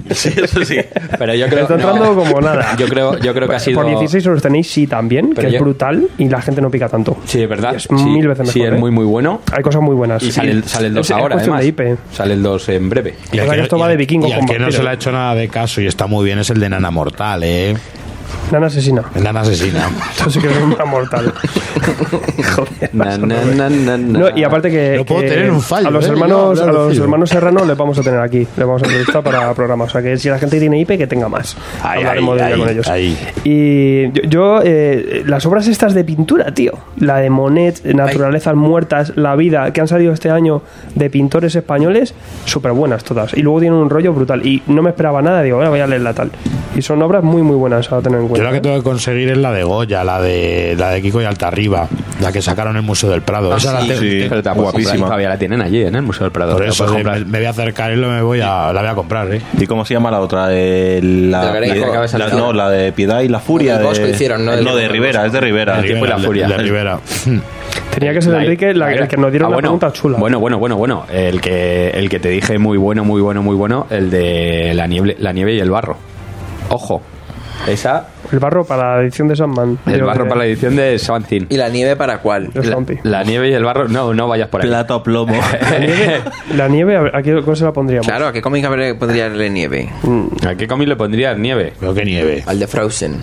Speaker 5: Sí, eso sí. Pero yo creo
Speaker 4: Está
Speaker 5: no,
Speaker 4: entrando como nada.
Speaker 5: Yo creo, yo creo que ha sido.
Speaker 4: Eh, Por 16 euros tenéis sí también,
Speaker 5: Pero
Speaker 4: que es
Speaker 5: yo-
Speaker 4: brutal y la gente no pica tanto.
Speaker 5: Sí, es verdad.
Speaker 4: Es
Speaker 5: sí,
Speaker 4: mil veces
Speaker 5: Sí,
Speaker 4: mejor,
Speaker 5: es
Speaker 4: ¿eh?
Speaker 5: muy, muy bueno.
Speaker 4: Hay cosas muy buenas.
Speaker 5: Y
Speaker 4: Sí.
Speaker 5: sale el, sale el 2
Speaker 4: Es- es
Speaker 5: ahora,
Speaker 4: cuestión
Speaker 5: además.
Speaker 4: de ¿eh? IP.
Speaker 5: Sale el 2 en breve.
Speaker 3: Y
Speaker 4: O
Speaker 3: al
Speaker 4: sea,
Speaker 3: que-
Speaker 4: que esto
Speaker 3: y
Speaker 4: va
Speaker 3: al-
Speaker 4: de vikingo
Speaker 3: y al
Speaker 4: con
Speaker 3: que no
Speaker 4: vampiros.
Speaker 3: se le ha hecho nada de caso y está muy bien es el de Nana Mortal, ¿eh?
Speaker 4: Nana asesina.
Speaker 3: Nana asesina.
Speaker 4: Eso sí que es una mortal. Joder.
Speaker 5: Na, na, na, na,
Speaker 4: No,
Speaker 5: na.
Speaker 4: y aparte que,
Speaker 3: No puedo
Speaker 4: que
Speaker 3: tener un fallo,
Speaker 4: a los
Speaker 3: ¿eh? Yo
Speaker 4: hermanos
Speaker 3: hablar
Speaker 4: a
Speaker 3: de
Speaker 4: los
Speaker 3: fallo.
Speaker 4: hermanos Serrano les vamos a tener aquí, les vamos a entrevistar para programa, o sea que si la gente tiene IP que tenga más.
Speaker 3: Ahí, ahí,
Speaker 4: Hablaremos de ello
Speaker 3: ahí,
Speaker 4: con ellos.
Speaker 3: ahí.
Speaker 4: Y yo, yo, eh, las obras estas de pintura, tío, la de Monet, Naturalezas muertas, La vida, que han salido este año de pintores españoles, súper buenas todas. Y luego tienen un rollo brutal y no me esperaba nada, digo, ahora voy a leerla tal. Y son obras muy muy buenas a tener en
Speaker 3: Yo
Speaker 4: cuenta.
Speaker 3: la que tengo que conseguir es la de Goya, la de la de Kiko y Altarriba, la que sacaron en el Museo del Prado. Esa la tengo-
Speaker 1: sí.
Speaker 5: Pero te la puedes
Speaker 1: Guapísima.
Speaker 5: comprar, Todavía la tienen allí en el Museo del Prado.
Speaker 3: Por
Speaker 5: Te la
Speaker 3: eso
Speaker 5: puedes
Speaker 3: de-
Speaker 5: comprar.
Speaker 3: me, me voy a acercar y lo me voy a, la voy a comprar, ¿eh?
Speaker 1: ¿Y cómo se llama la otra? Eh, la,
Speaker 2: La Greco.
Speaker 1: Piedad-
Speaker 2: La que acaba de
Speaker 1: la-
Speaker 2: salir
Speaker 1: no,
Speaker 2: ahora.
Speaker 1: la de Piedad y la Furia.
Speaker 2: del Bosco
Speaker 1: de,
Speaker 2: hicieron, ¿no? Del-
Speaker 1: no, de Rivera, es de Rivera.
Speaker 3: El
Speaker 5: tiempo y la
Speaker 3: de-
Speaker 5: furia.
Speaker 3: de Rivera.
Speaker 4: Tenía que ser Enrique la, el que nos dieron
Speaker 5: Ah,
Speaker 4: la
Speaker 5: bueno,
Speaker 4: pregunta chula.
Speaker 5: Bueno, bueno, bueno, bueno. El que, el que te dije muy bueno, muy bueno, muy bueno, el de la nieve, la nieve y el barro. Ojo. Esa,
Speaker 4: El barro para la edición de Sandman.
Speaker 5: el
Speaker 4: Digo,
Speaker 5: barro
Speaker 4: eh,
Speaker 5: para la edición de Sabancín.
Speaker 2: ¿Y la nieve para cuál?
Speaker 4: los
Speaker 5: La,
Speaker 4: zombies.
Speaker 5: la nieve y el barro, no, no vayas por ahí.
Speaker 1: Plata o plomo.
Speaker 4: La nieve, a ver, ¿a qué, ¿cómo se la pondríamos?
Speaker 2: Claro, ¿a qué cómic habré- podría darle nieve?
Speaker 5: ¿A qué cómic le pondrías nieve?
Speaker 3: Creo que nieve.
Speaker 2: Al de Frozen.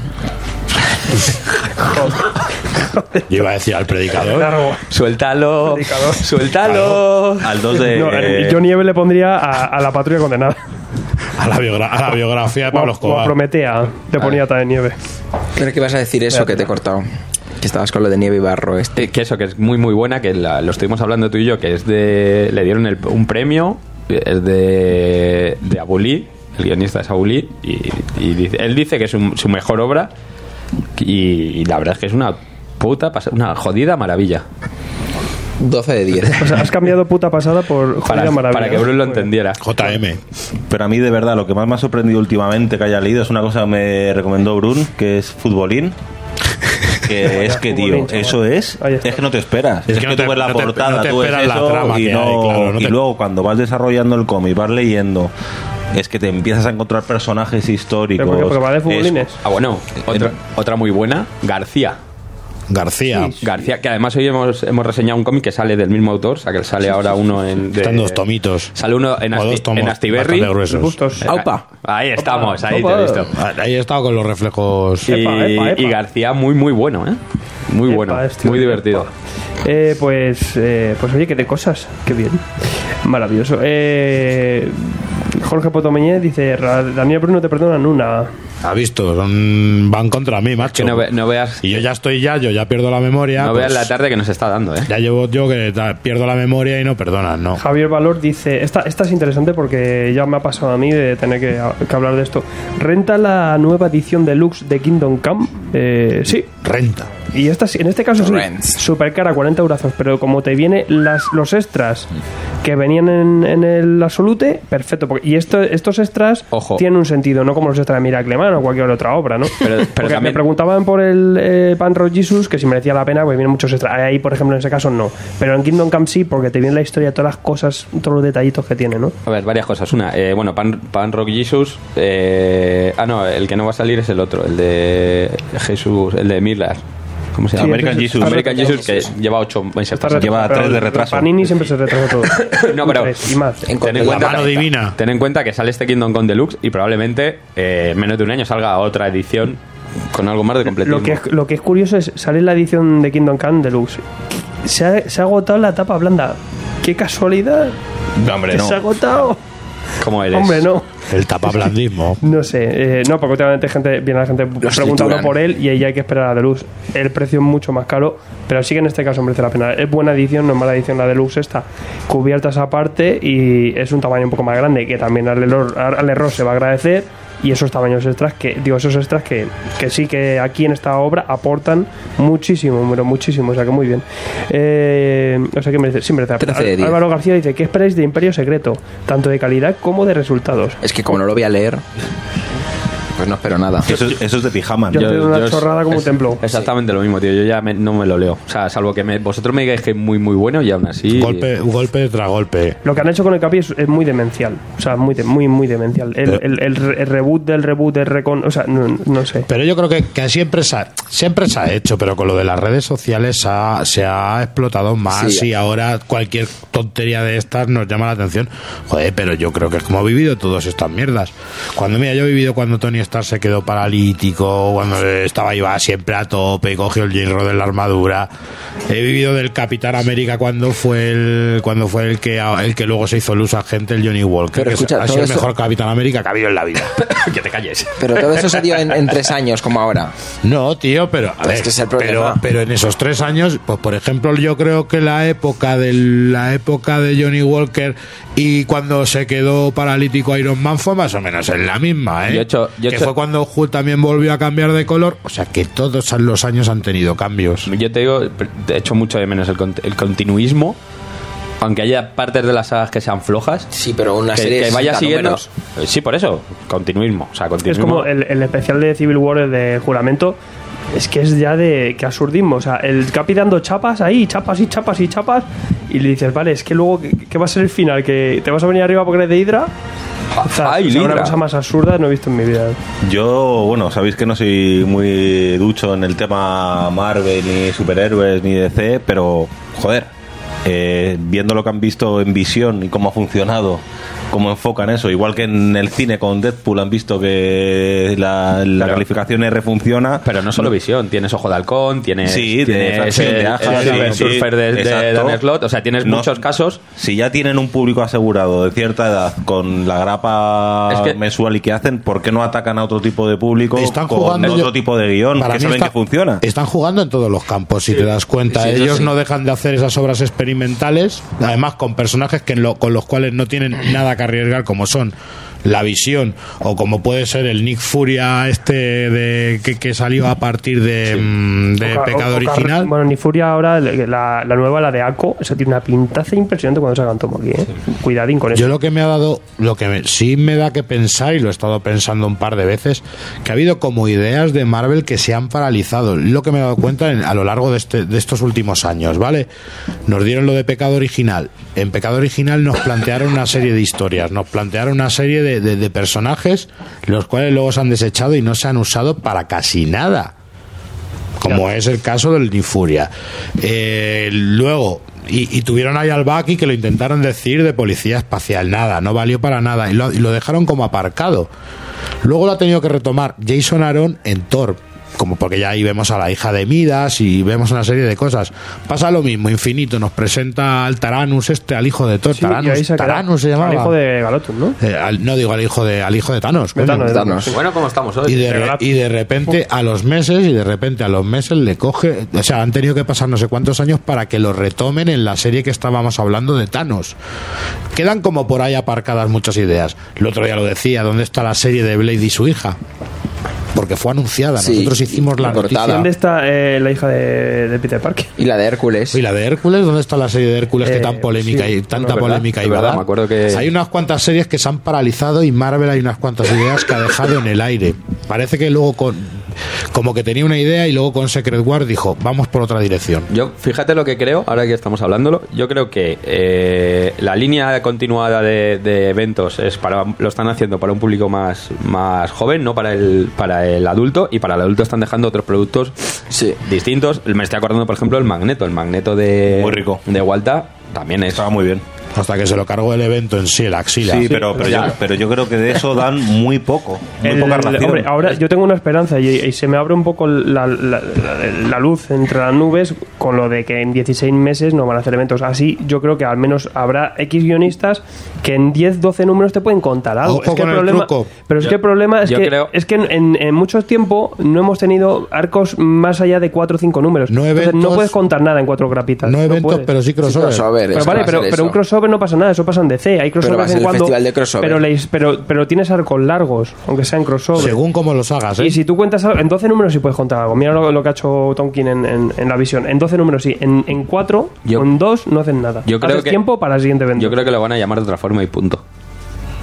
Speaker 3: Yo iba a decir al predicador.
Speaker 4: Largo.
Speaker 5: Suéltalo.
Speaker 4: Predicador.
Speaker 5: Suéltalo.
Speaker 1: Al 2 de.
Speaker 4: No,
Speaker 1: eh,
Speaker 4: yo nieve le pondría a, a la patrulla condenada.
Speaker 3: A la, biogra- a la biografía de
Speaker 4: O a-
Speaker 3: Pablo
Speaker 4: o a
Speaker 3: Escobar.
Speaker 4: Prometea le ponía tan de nieve.
Speaker 2: Pero que vas a decir eso que te he cortado. Que estabas con lo de nieve y barro este.
Speaker 5: Eh, que eso, que es muy muy buena, que la- lo estuvimos hablando tú y yo, que es de. Le dieron el- un premio, eh, es de. de Abulí, el guionista es Abulí, y, y dice- él dice que es un- su mejor obra, y, y la verdad es que es una puta, pas- una jodida maravilla.
Speaker 2: 12 de 10.
Speaker 4: O sea, has cambiado puta pasada por
Speaker 5: Para,
Speaker 4: jodida maravilla. Pues,
Speaker 5: para que Bruce lo entendiera.
Speaker 3: JM.
Speaker 1: Pero a mí, de verdad, lo que más me ha sorprendido últimamente que haya leído es una cosa que me recomendó Brun, que es Futbolín. Que es que, tío,
Speaker 4: Futbolín, chaval.
Speaker 1: eso es.
Speaker 4: Ahí está.
Speaker 1: es que no te esperas. Es, que, tú
Speaker 3: te-
Speaker 1: ves la
Speaker 3: no te-
Speaker 1: portada,
Speaker 3: no te
Speaker 1: tú ves
Speaker 3: esperas la
Speaker 1: eso
Speaker 3: trama
Speaker 1: y,
Speaker 3: que
Speaker 1: no-
Speaker 3: hay, claro, no
Speaker 1: y
Speaker 3: te-
Speaker 1: luego cuando vas desarrollando el cómic, vas leyendo, es que te empiezas a encontrar personajes históricos.
Speaker 4: Pero porque, porque va de futbolines.
Speaker 1: Es-
Speaker 5: Ah, bueno, otra, otra muy buena, García.
Speaker 3: García.
Speaker 5: García, que además hoy hemos, hemos reseñado un cómic que sale del mismo autor, o sea que sale ahora uno en. de-
Speaker 3: Están dos tomitos.
Speaker 5: Sale uno en,
Speaker 3: O
Speaker 5: Asti-
Speaker 3: dos tomos
Speaker 5: en Astiberri.
Speaker 3: bastante gruesos. Ah,
Speaker 4: Justos.
Speaker 5: Eh.
Speaker 2: Aupa.
Speaker 5: Ahí estamos, ahí
Speaker 4: Opa.
Speaker 5: te he visto.
Speaker 3: Ahí he estado con los reflejos.
Speaker 5: Y,
Speaker 4: Epa, epa, epa.
Speaker 5: y García muy muy bueno, ¿eh? Muy
Speaker 4: Epa,
Speaker 5: bueno,
Speaker 4: este
Speaker 5: muy
Speaker 4: tío.
Speaker 5: divertido.
Speaker 4: Eh, pues, eh, pues oye, que de cosas. Qué bien. Maravilloso. Eh, Jorge Potomeñez dice: "Ra- Daniel Bruno te perdonan una.
Speaker 3: Ha visto, son- van contra mí, macho.
Speaker 5: Que no, ve- no veas,
Speaker 3: Y yo ya estoy ya, yo ya pierdo la memoria.
Speaker 5: no
Speaker 3: pues,
Speaker 5: veas la tarde que nos está dando, ¿eh?
Speaker 3: Ya llevo yo que ta- pierdo la memoria y no perdonan, no.
Speaker 4: Javier Valor dice, esta, esta es interesante porque ya me ha pasado a mí de tener que, que hablar de esto. ¿Renta la nueva edición deluxe de Kingdom Come? Eh, sí.
Speaker 3: Renta.
Speaker 4: Y esta, sí- en este caso sí,
Speaker 2: Rents.
Speaker 4: súper cara, 40 eurazos, pero como te viene las, los extras que venían en, en el absolute, perfecto. porque- y esto, estos extras
Speaker 5: Ojo.
Speaker 4: tienen un sentido, no como los extras de Miracleman o cualquier otra obra, ¿no?
Speaker 5: Pero- pero
Speaker 4: Porque
Speaker 5: también-
Speaker 4: me preguntaban por el eh, Pan Rock Jesus, que si merecía la pena, porque vienen muchos extras. Ahí, por ejemplo, en ese caso no. Pero en Kingdom Come sí, porque te viene la historia, todas las cosas, todos los detallitos que tiene, ¿no?
Speaker 5: A ver, varias cosas. Una, eh, bueno, Pan, Pan Rock Jesus. eh, ah, no, el que no va a salir es el otro, el de Jesús, el de Miller. ¿Cómo se llama?
Speaker 1: American
Speaker 4: entonces-
Speaker 1: Jesus.
Speaker 5: American Jesus, que pues, lleva ocho meses.
Speaker 4: Está retrasado,
Speaker 1: lleva
Speaker 4: pero
Speaker 1: tres de retraso.
Speaker 4: Panini siempre se retrasa todo.
Speaker 5: No, pero-
Speaker 4: Tres y más.
Speaker 2: En
Speaker 5: Ten en,
Speaker 2: concreto,
Speaker 5: cuenta,
Speaker 3: mano divina.
Speaker 5: ten en cuenta que sale este Kingdom Come Deluxe y probablemente eh, en menos de un año salga otra edición con algo más de completismo.
Speaker 4: Lo que, es, lo que es curioso es, sale la edición de Kingdom Come Deluxe. Se ha, se ha agotado la tapa blanda. ¡Qué casualidad!
Speaker 1: No, hombre,
Speaker 4: que
Speaker 1: no.
Speaker 4: se ha agotado.
Speaker 5: ¿Cómo eres?
Speaker 4: Hombre, no.
Speaker 3: El tapablandismo.
Speaker 4: No sé. eh, no, porque últimamente gente, viene la gente preguntando
Speaker 2: trituran.
Speaker 4: por él y ahí hay que esperar a la Deluxe. El precio es mucho más caro, pero sí que en este caso merece la pena. Es buena edición, no es mala edición la Deluxe esta. Cubiertas aparte y es un tamaño un poco más grande que también al error, al error se va a agradecer. Y esos tamaños extras que, digo, esos extras que, que sí que aquí en esta obra aportan muchísimo, pero muchísimo, o sea que muy bien. Eh, o sea que merece, sí merece la pena.
Speaker 2: 13 de 10.
Speaker 4: Álvaro García dice: ¿Qué esperáis de Imperio Secreto? Tanto de calidad como de resultados.
Speaker 2: Es que como no lo voy a leer, pues no espero nada.
Speaker 1: Eso, es- eso es de pijama.
Speaker 4: Yo- tengo una chorrada como
Speaker 5: es-
Speaker 4: un templo.
Speaker 5: Exactamente lo mismo, tío. Yo ya me- no me lo leo. O sea, salvo que me- vosotros me digáis que es muy, muy bueno y aún así.
Speaker 3: Golpe, golpe tras golpe.
Speaker 4: Lo que han hecho con el Capi es, es muy demencial. O sea, muy, de- muy, muy demencial. El,
Speaker 3: Pero-
Speaker 4: el, el re- el reboot del reboot del recon. O sea, no, no sé.
Speaker 3: Pero yo creo que, que siempre, se ha, siempre se ha hecho, pero con lo de las redes sociales se ha, se ha explotado más
Speaker 2: Sí.
Speaker 3: y ahora cualquier tontería de estas nos llama la atención. Joder, pero yo creo que es como he vivido todas estas mierdas. Cuando, mira, yo he vivido cuando Tony Movistar se quedó paralítico, cuando estaba iba siempre a tope, cogió el hierro de la armadura. He vivido del Capitán América cuando fue el cuando fue el que el que luego se hizo luz agente, el Johnny Walker.
Speaker 2: Pero
Speaker 3: que
Speaker 2: escucha,
Speaker 3: ha
Speaker 2: todo
Speaker 3: sido el
Speaker 2: eso-
Speaker 3: mejor Capitán América que ha habido en la vida. que te calles.
Speaker 2: Pero todo eso se dio en, en tres años, como ahora.
Speaker 3: No, tío, pero a
Speaker 2: Pues
Speaker 3: ver,
Speaker 2: es que es el
Speaker 3: pero,
Speaker 2: problema.
Speaker 3: pero en esos tres años, pues por ejemplo, yo creo que la época de la época de Johnny Walker y cuando se quedó paralítico Iron Man fue más o menos en la misma, ¿eh?
Speaker 5: Yo he hecho- yo he
Speaker 3: que
Speaker 5: hecho-
Speaker 3: fue cuando Hulk también volvió a cambiar de color, o sea que todos los años han tenido cambios.
Speaker 5: Yo te digo, de hecho, mucho de menos el, cont- el continuismo. Aunque haya partes de las sagas que sean flojas,
Speaker 2: Sí, pero una
Speaker 5: que,
Speaker 2: serie
Speaker 5: que
Speaker 2: de
Speaker 5: vaya
Speaker 2: 60
Speaker 5: siguiendo. Eh,
Speaker 2: números.
Speaker 5: Sí, por eso. Continuismo. O sea,
Speaker 4: Es
Speaker 5: continuismo.
Speaker 4: como el, el especial de Civil War de juramento. Es que es ya de que absurdismo. O sea, el Capi dando chapas ahí, chapas y chapas y chapas. Y le dices, vale, es que luego, ¿qué, qué va a ser el final? ¿Que te vas a venir arriba porque eres de Hydra? O sea,
Speaker 5: Ay,
Speaker 4: o sea, una
Speaker 5: Hydra.
Speaker 4: cosa más absurda no he visto en mi vida.
Speaker 1: Yo, bueno, sabéis que no soy muy ducho en el tema Marvel, ni superhéroes, ni DC, pero, joder, eh, viendo lo que han visto en visión y cómo ha funcionado, cómo enfocan eso, igual que en el cine con Deadpool han visto que la, la
Speaker 5: Pero-
Speaker 1: calificación R funciona.
Speaker 5: Pero no solo visión, tienes Ojo de Halcón, tienes,
Speaker 1: Sí,
Speaker 5: tienes
Speaker 1: de Fraction,
Speaker 5: el-
Speaker 1: de Aja,
Speaker 5: el
Speaker 1: sí,
Speaker 5: Silver
Speaker 1: sí,
Speaker 5: Surfer de, de
Speaker 1: exacto.
Speaker 5: Dan Slott, o sea, tienes
Speaker 1: No-
Speaker 5: muchos casos.
Speaker 1: Si ya tienen un público asegurado de cierta edad con la grapa
Speaker 5: Es que-
Speaker 1: mensual y que hacen, ¿por qué no atacan a otro tipo de público
Speaker 3: Están
Speaker 1: con
Speaker 3: jugando
Speaker 1: otro
Speaker 3: yo-
Speaker 1: tipo de guión
Speaker 3: Para
Speaker 1: que
Speaker 3: mí
Speaker 1: saben
Speaker 3: está-
Speaker 1: que funciona?
Speaker 3: Están jugando en todos los campos, si te das cuenta.
Speaker 2: Sí, eso
Speaker 3: Ellos
Speaker 2: sí.
Speaker 3: no dejan de hacer esas obras experimentales, además con personajes que en lo- con los cuales no tienen nada que arriesgar, como son la visión o como puede ser el Nick Furia este de que, que salió a partir de, mm, de
Speaker 4: O ca-
Speaker 3: Pecado
Speaker 4: o- o ca-
Speaker 3: Original.
Speaker 4: Bueno, ni Furia ahora, la, la nueva, la de Aco, eso tiene una pintaza impresionante cuando sacan tomo aquí, ¿eh? Cuidadín con eso.
Speaker 3: Yo lo que me ha dado, lo que me- sí me da que pensar, y lo he estado pensando un par de veces, que ha habido como ideas de Marvel que se han paralizado. Lo que me he dado cuenta en- a lo largo de, este- de estos últimos años, ¿vale? Nos dieron lo de Pecado Original. En Pecado Original nos plantearon una serie de historias, nos plantearon una serie de, de- de personajes, los cuales luego se han desechado y no se han usado para casi nada como es el caso del Nifuria. Eh, luego, y, y tuvieron ahí al Baki que lo intentaron decir de policía espacial, nada, no valió para nada, y lo, y lo dejaron como aparcado. Luego lo ha tenido que retomar Jason Aaron en Thor. Como porque ya ahí vemos a la hija de Midas y vemos una serie de cosas. Pasa lo mismo, infinito. Nos presenta al Taranus, este, al hijo de Thor.
Speaker 4: Sí, y
Speaker 3: Taranus,
Speaker 4: ahí se ha quedado.
Speaker 3: Taranus se llamaba.
Speaker 4: Al hijo de Galotum, ¿no?
Speaker 3: Eh, al- no digo al hijo de, al hijo de Thanos. coño.
Speaker 4: Thanos, de
Speaker 2: Thanos.
Speaker 5: Bueno, como estamos
Speaker 3: Y
Speaker 5: hoy.
Speaker 3: de, re- y de repente a los meses, y de repente a los meses le coge. O sea, han tenido que pasar no sé cuántos años para que lo retomen en la serie que estábamos hablando de Thanos. Quedan como por ahí aparcadas muchas ideas. El otro día lo decía, ¿dónde está la serie de Blade y su hija? Porque fue anunciada.
Speaker 2: Sí,
Speaker 3: Nosotros hicimos la
Speaker 2: cortada.
Speaker 3: noticia.
Speaker 4: ¿Dónde está eh, la hija de, de Peter Parker?
Speaker 2: Y la de Hércules.
Speaker 3: ¿Y la de Hércules? ¿Dónde está la serie de Hércules que
Speaker 4: Eh,
Speaker 3: tan polémica
Speaker 4: sí,
Speaker 3: y tanta
Speaker 5: es verdad,
Speaker 3: polémica
Speaker 5: es
Speaker 3: y
Speaker 5: verdad, me acuerdo que-
Speaker 3: Hay unas cuantas series que se han paralizado y Marvel hay unas cuantas ideas que ha dejado en el aire. Parece que luego con como que tenía una idea y luego con Secret War dijo, vamos por otra dirección.
Speaker 5: Yo, fíjate lo que creo, ahora que estamos hablándolo, yo creo que eh, la línea continuada de, de eventos es para lo están haciendo para un público más, más joven, no para el, para el adulto, y para el adulto están dejando otros productos
Speaker 2: Sí.
Speaker 5: distintos. Me estoy acordando, por ejemplo, el magneto, el magneto de,
Speaker 1: Muy rico.
Speaker 5: de Walta también es
Speaker 1: Estaba muy bien.
Speaker 3: Hasta que se lo cargó el evento en sí, el axila.
Speaker 1: Sí, pero, pero,
Speaker 5: ya.
Speaker 1: yo, pero yo creo que de eso dan muy poco. Muy
Speaker 4: El-
Speaker 1: poca
Speaker 4: el-
Speaker 1: relación.
Speaker 4: hombre, ahora yo tengo una esperanza y, y se me abre un poco la, la- la- la luz entre las nubes con lo de que en 16 meses no van a hacer eventos. Así yo creo que al menos habrá X guionistas que en 10, 12 números te pueden contar algo.
Speaker 3: Ojo con el truco.
Speaker 4: Pero es
Speaker 5: Yo-
Speaker 4: que el problema es
Speaker 5: yo
Speaker 4: que,
Speaker 5: creo-
Speaker 4: es que en, en, en mucho tiempo no hemos tenido arcos más allá de 4 o 5 números.
Speaker 3: No
Speaker 4: Entonces,
Speaker 3: eventos-
Speaker 4: no puedes contar nada en cuatro grapitas.
Speaker 3: no eventos,
Speaker 4: puedes.
Speaker 3: pero sí crossover.
Speaker 2: crossover,
Speaker 4: Pero
Speaker 2: es que
Speaker 4: vale,
Speaker 2: va a
Speaker 4: pero,
Speaker 2: ser
Speaker 4: pero un
Speaker 2: eso.
Speaker 4: crossover no pasa nada, eso pasa en DC. Hay crossover
Speaker 2: va a
Speaker 4: de
Speaker 2: ser
Speaker 4: vez en
Speaker 2: el
Speaker 4: cuando.
Speaker 2: festival de crossover.
Speaker 4: Pero, leis- pero, pero tienes arcos largos, aunque sean crossover.
Speaker 3: Según como los hagas, ¿eh?
Speaker 4: Y si tú cuentas algo- en 12 números sí puedes contar algo. Mira lo, lo que ha hecho Tonkin en, en- en la visión. En 12 números sí. En, en 4
Speaker 5: Yo-
Speaker 4: o en 2 no hacen nada.
Speaker 5: Yo creo
Speaker 4: Haces
Speaker 5: que-
Speaker 4: tiempo para el siguiente evento.
Speaker 5: Yo creo que lo van a llamar de otra forma y punto.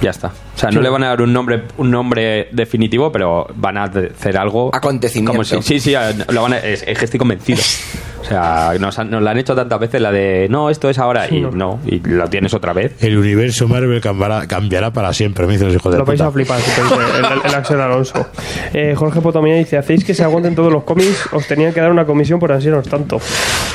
Speaker 5: Ya está. O sea, no
Speaker 4: Sí.
Speaker 5: le van a dar un nombre, un nombre definitivo, pero van a hacer algo.
Speaker 2: Acontecimiento.
Speaker 5: Como si- sí, sí, a- lo van a- es, es que estoy convencido. O sea, nos, han- nos la han hecho tantas veces la de no, esto es ahora
Speaker 4: Sí,
Speaker 5: y
Speaker 4: no.
Speaker 5: no. y lo tienes otra vez.
Speaker 3: El universo Marvel cambiará, cambiará para siempre, me dicen los hijos de
Speaker 4: Lo vais
Speaker 3: puta.
Speaker 4: a flipar, si pensáis, el, el- el Axel Alonso. Eh, Jorge Potomía dice: Hacéis que se aguanten todos los cómics, os tenían que dar una comisión por ansiarnos tanto.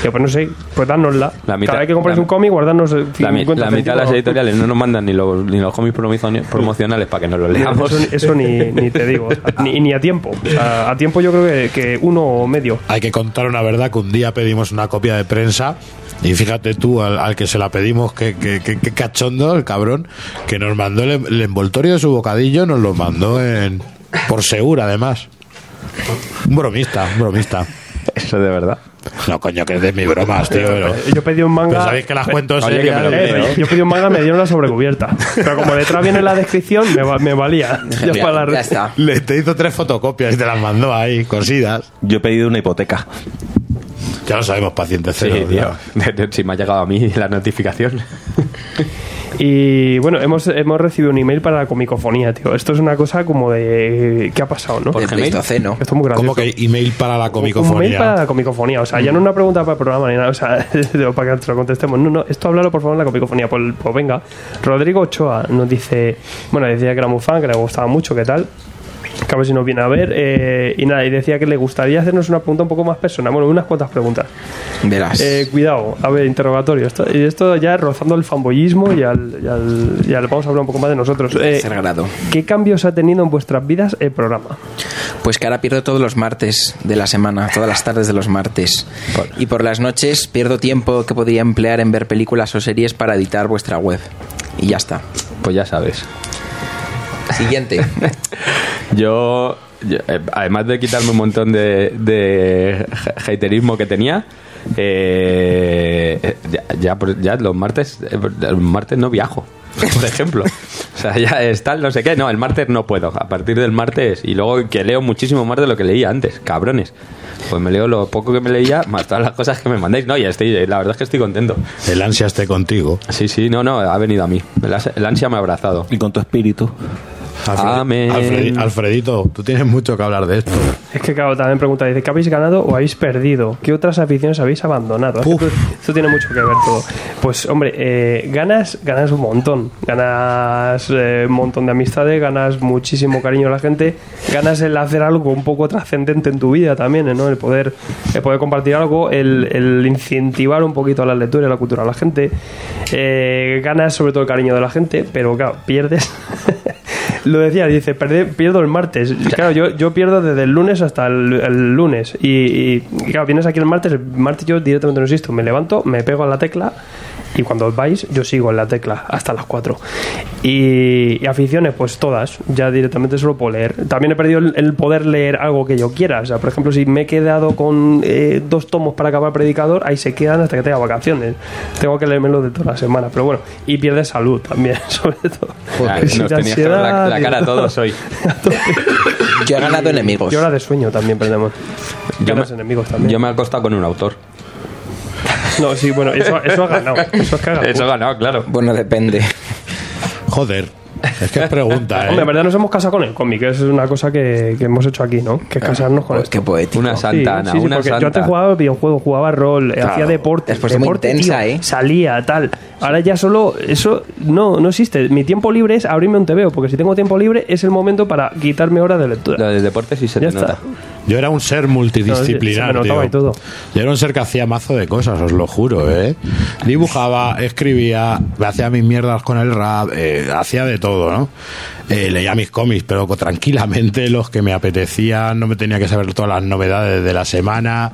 Speaker 4: Que pues no sé, pues dárnosla.
Speaker 5: La mitad-
Speaker 4: Cada vez que compréis
Speaker 5: la-
Speaker 4: un cómic, guardarnos
Speaker 5: La, mi-
Speaker 4: 50
Speaker 5: la mitad de las
Speaker 4: céntimos.
Speaker 5: editoriales no nos mandan ni los, ni los cómics promocione- promocionales para que nos los leamos.
Speaker 4: Eh, Eso, eso ni, ni te digo, o sea, ni, ni a tiempo. O sea, a tiempo yo creo que, que uno o medio.
Speaker 3: Hay que contar una verdad que un día pedimos una copia de prensa y fíjate tú al, al que se la pedimos, que, que- que- que cachondo, el cabrón, que nos mandó el, el envoltorio de su bocadillo, nos lo mandó en, por segura además. Un bromista, un bromista.
Speaker 5: Eso de verdad.
Speaker 3: No, coño, que es de mis bromas, tío. Pero,
Speaker 4: Eh, Yo pedí un manga.
Speaker 3: pero sabéis que las cuento en
Speaker 5: Oye, que
Speaker 3: serio,
Speaker 5: me lo
Speaker 3: ¿eh?
Speaker 4: Eh,
Speaker 5: creo.
Speaker 4: yo pedí un manga, me dieron la sobrecubierta. Pero como detrás viene la descripción, me, va- me valía. Yo
Speaker 2: Ya,
Speaker 4: para la-
Speaker 2: ya está.
Speaker 3: Le te hizo tres fotocopias y te las mandó ahí, cosidas.
Speaker 1: Yo he pedido una hipoteca.
Speaker 3: Ya lo sabemos, paciente
Speaker 5: Sí,
Speaker 3: cero.
Speaker 5: tío.
Speaker 3: ya.
Speaker 5: Si me ha llegado a mí la notificación.
Speaker 4: Y bueno, hemos, hemos recibido un email para la comicofonía, tío. Esto es una cosa como de. ¿Qué ha pasado, no?
Speaker 5: Por
Speaker 2: Del
Speaker 5: Gmail.
Speaker 2: Pleistoceno.
Speaker 4: Esto es muy gracioso.
Speaker 3: Como que email para la
Speaker 4: Un mail
Speaker 3: comicofonía.
Speaker 4: para la comicofonía. O sea, ya no una pregunta para el programa ni nada. O sea, digo, para que te lo contestemos. No, no, esto háblalo por favor en la comicofonía. Pues, pues venga. Rodrigo Ochoa nos dice. Bueno, decía que era muy fan, que le gustaba mucho, ¿qué tal? Que a ver si nos viene a ver. eh, y nada, y decía que le gustaría hacernos una pregunta un poco más personal. Bueno, unas cuantas preguntas.
Speaker 2: Verás.
Speaker 4: Eh, cuidado, a ver, interrogatorio. Esto, y esto ya rozando el fanboyismo y al, y al- y al- Vamos a hablar un poco más de nosotros. Eh,
Speaker 2: tercer grado.
Speaker 4: ¿Qué cambios ha tenido en vuestras vidas el programa?
Speaker 2: Pues que ahora pierdo todos los martes de la semana, todas las tardes de los martes. Y por las noches pierdo tiempo que podría emplear en ver películas o series para editar vuestra web. Y ya está.
Speaker 5: Pues ya sabes.
Speaker 2: Siguiente.
Speaker 5: Yo, yo, eh, además de quitarme un montón de, de ha- haterismo que tenía, eh, eh, ya, ya por- ya los martes, eh, los martes no viajo, por ejemplo. O sea, ya es tal, no sé qué. No, el martes no puedo. A partir del martes, y luego que leo muchísimo más de lo que leía antes, cabrones. Pues me leo lo poco que me leía, más todas las cosas que me mandáis. No, ya estoy, eh, la verdad es que estoy contento.
Speaker 3: El ansia esté contigo.
Speaker 5: Sí, sí, no, no, ha venido a mí. El as- el ansia me ha abrazado.
Speaker 1: Y con tu espíritu.
Speaker 3: Alfred-
Speaker 5: Amén.
Speaker 3: Alfred- Alfredito, tú tienes mucho que hablar de esto.
Speaker 4: Es que claro, también pregunta, dice, ¿qué habéis ganado o habéis perdido? ¿Qué otras aficiones habéis abandonado? Es que
Speaker 3: Uf.
Speaker 4: tú- Esto tiene mucho que ver todo. Pues hombre, eh, ganas, ganas un montón. Ganas eh, un montón de amistades, ganas muchísimo cariño a la gente, ganas el hacer algo un poco trascendente en tu vida también, ¿eh? ¿no? El poder, el poder compartir algo, el, el incentivar un poquito a la lectura y la cultura a la gente. Eh, ganas sobre todo el cariño de la gente, pero claro, pierdes. Lo decía, dice, perde- pierdo el martes. Claro, yo, yo pierdo desde el lunes hasta el, el lunes. Y, y- y claro, vienes aquí el martes, el martes yo directamente no existo. Me levanto, me pego a la tecla y cuando os vais yo sigo en la tecla hasta las 4. Y, y aficiones, pues todas. Ya directamente solo puedo leer. También he perdido el, el poder leer algo que yo quiera. O sea, por ejemplo, si me he quedado con eh, dos tomos para acabar Predicador, ahí se quedan hasta que tenga vacaciones. Tengo que leérmelo de todas las semanas. Pero bueno, y pierdes salud también, sobre todo.
Speaker 5: Ah,
Speaker 4: Sí,
Speaker 5: nos
Speaker 4: de
Speaker 5: tenías que ver la,
Speaker 4: ansiedad
Speaker 5: la
Speaker 4: y
Speaker 5: cara a
Speaker 4: todo.
Speaker 5: todos hoy.
Speaker 2: Yo he ganado enemigos.
Speaker 4: Y horas de sueño también perdemos. Y
Speaker 5: Yo
Speaker 4: horas
Speaker 5: me-
Speaker 4: enemigos también.
Speaker 5: Yo me he acostado con un autor.
Speaker 4: No, sí, bueno, eso, eso ha ganado. Eso es que ha ganado.
Speaker 5: Eso ha ganado, claro.
Speaker 2: Bueno, depende.
Speaker 3: Joder, es que es pregunta,
Speaker 4: Hombre, en
Speaker 3: ¿eh?
Speaker 4: verdad nos hemos casado con el cómic, es una cosa que, que hemos hecho aquí, ¿no? Que es casarnos con
Speaker 2: Pues
Speaker 4: esto.
Speaker 2: qué poético.
Speaker 5: Una
Speaker 4: Sí,
Speaker 5: santa, Ana,
Speaker 4: sí, sí,
Speaker 5: una
Speaker 4: porque
Speaker 5: santa.
Speaker 4: yo antes jugaba videojuegos, jugaba rol, eh, hacía deporte,
Speaker 2: Es pues muy
Speaker 4: deporte,
Speaker 2: intensa,
Speaker 4: tío,
Speaker 2: ¿eh?
Speaker 4: salía, tal. Ahora ya solo eso no no existe. Mi tiempo libre es abrirme un TVO, porque si tengo tiempo libre es el momento para quitarme horas de
Speaker 5: Lo
Speaker 4: lectura.
Speaker 5: del deporte sí se
Speaker 4: Ya
Speaker 5: te nota.
Speaker 4: está.
Speaker 3: Yo era un ser multidisciplinar,
Speaker 4: No, se me notaba
Speaker 3: tío.
Speaker 4: y todo.
Speaker 3: Yo era un ser que hacía mazo de cosas, os lo juro, ¿eh? Dibujaba, escribía, me hacía mis mierdas con el rap, eh, hacía de todo, ¿no? Eh, leía mis cómics, pero co- tranquilamente los que me apetecían, no me tenía que saber todas las novedades de la semana.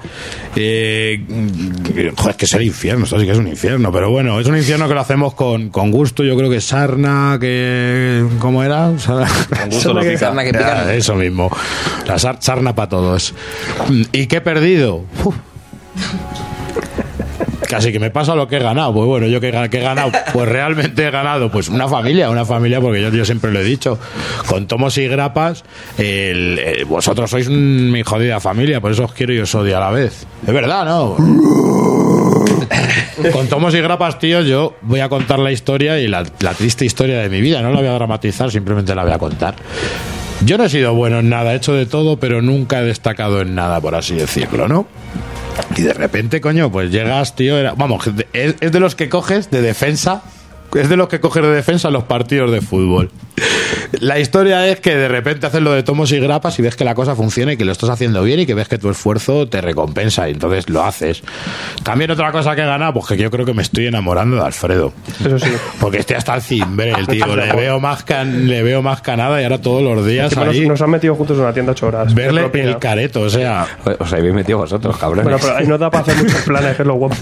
Speaker 3: Eh, mm, joder, es que es el infierno, esto sí que es un infierno, pero bueno, es un infierno que lo hacemos con, con gusto. Yo creo que Sarna, que. ¿Cómo era? Sarna-
Speaker 4: Eso es lo que-
Speaker 2: Sarna que pica.
Speaker 3: Ah, eso mismo. La sar- sarna para todos. Mm, ¿Y qué he perdido? Uf. Casi que me pasa lo que he ganado. Pues bueno, yo que, he ganado, pues realmente he ganado pues una familia, una familia, porque yo, yo siempre lo he dicho. Con tomos y grapas, el- eh, vosotros sois un- mi jodida familia, por eso os quiero y os odio a la vez. Es verdad, ¿no? Con tomos y grapas, tío, yo voy a contar la historia y la, la triste historia de mi vida. No la voy a dramatizar, simplemente la voy a contar. Yo no he sido bueno en nada, he hecho de todo, pero nunca he destacado en nada, por así decirlo, ¿no? Y de repente, coño, pues llegas, tío, era- vamos, es, es de los que coges de defensa es de los que coger de defensa los partidos de fútbol. La historia es que de repente haces lo de tomos y grapas y ves que la cosa funciona y que lo estás haciendo bien y que ves que tu esfuerzo te recompensa y entonces lo haces. También otra cosa que he ganado, pues que yo creo que me estoy enamorando de Alfredo.
Speaker 4: Eso sí.
Speaker 3: Porque este hasta el cimbre, el tío. Le veo más can- le veo más canada y ahora todos los días
Speaker 4: Encima nos,
Speaker 3: ahí
Speaker 4: nos han metido juntos en una tienda ocho horas. de
Speaker 3: verle
Speaker 4: propina.
Speaker 3: el careto, o sea,
Speaker 5: Os habéis metido vosotros, cabrones.
Speaker 4: Bueno, pero ahí nos da para hacer muchos planes, que es lo guapo.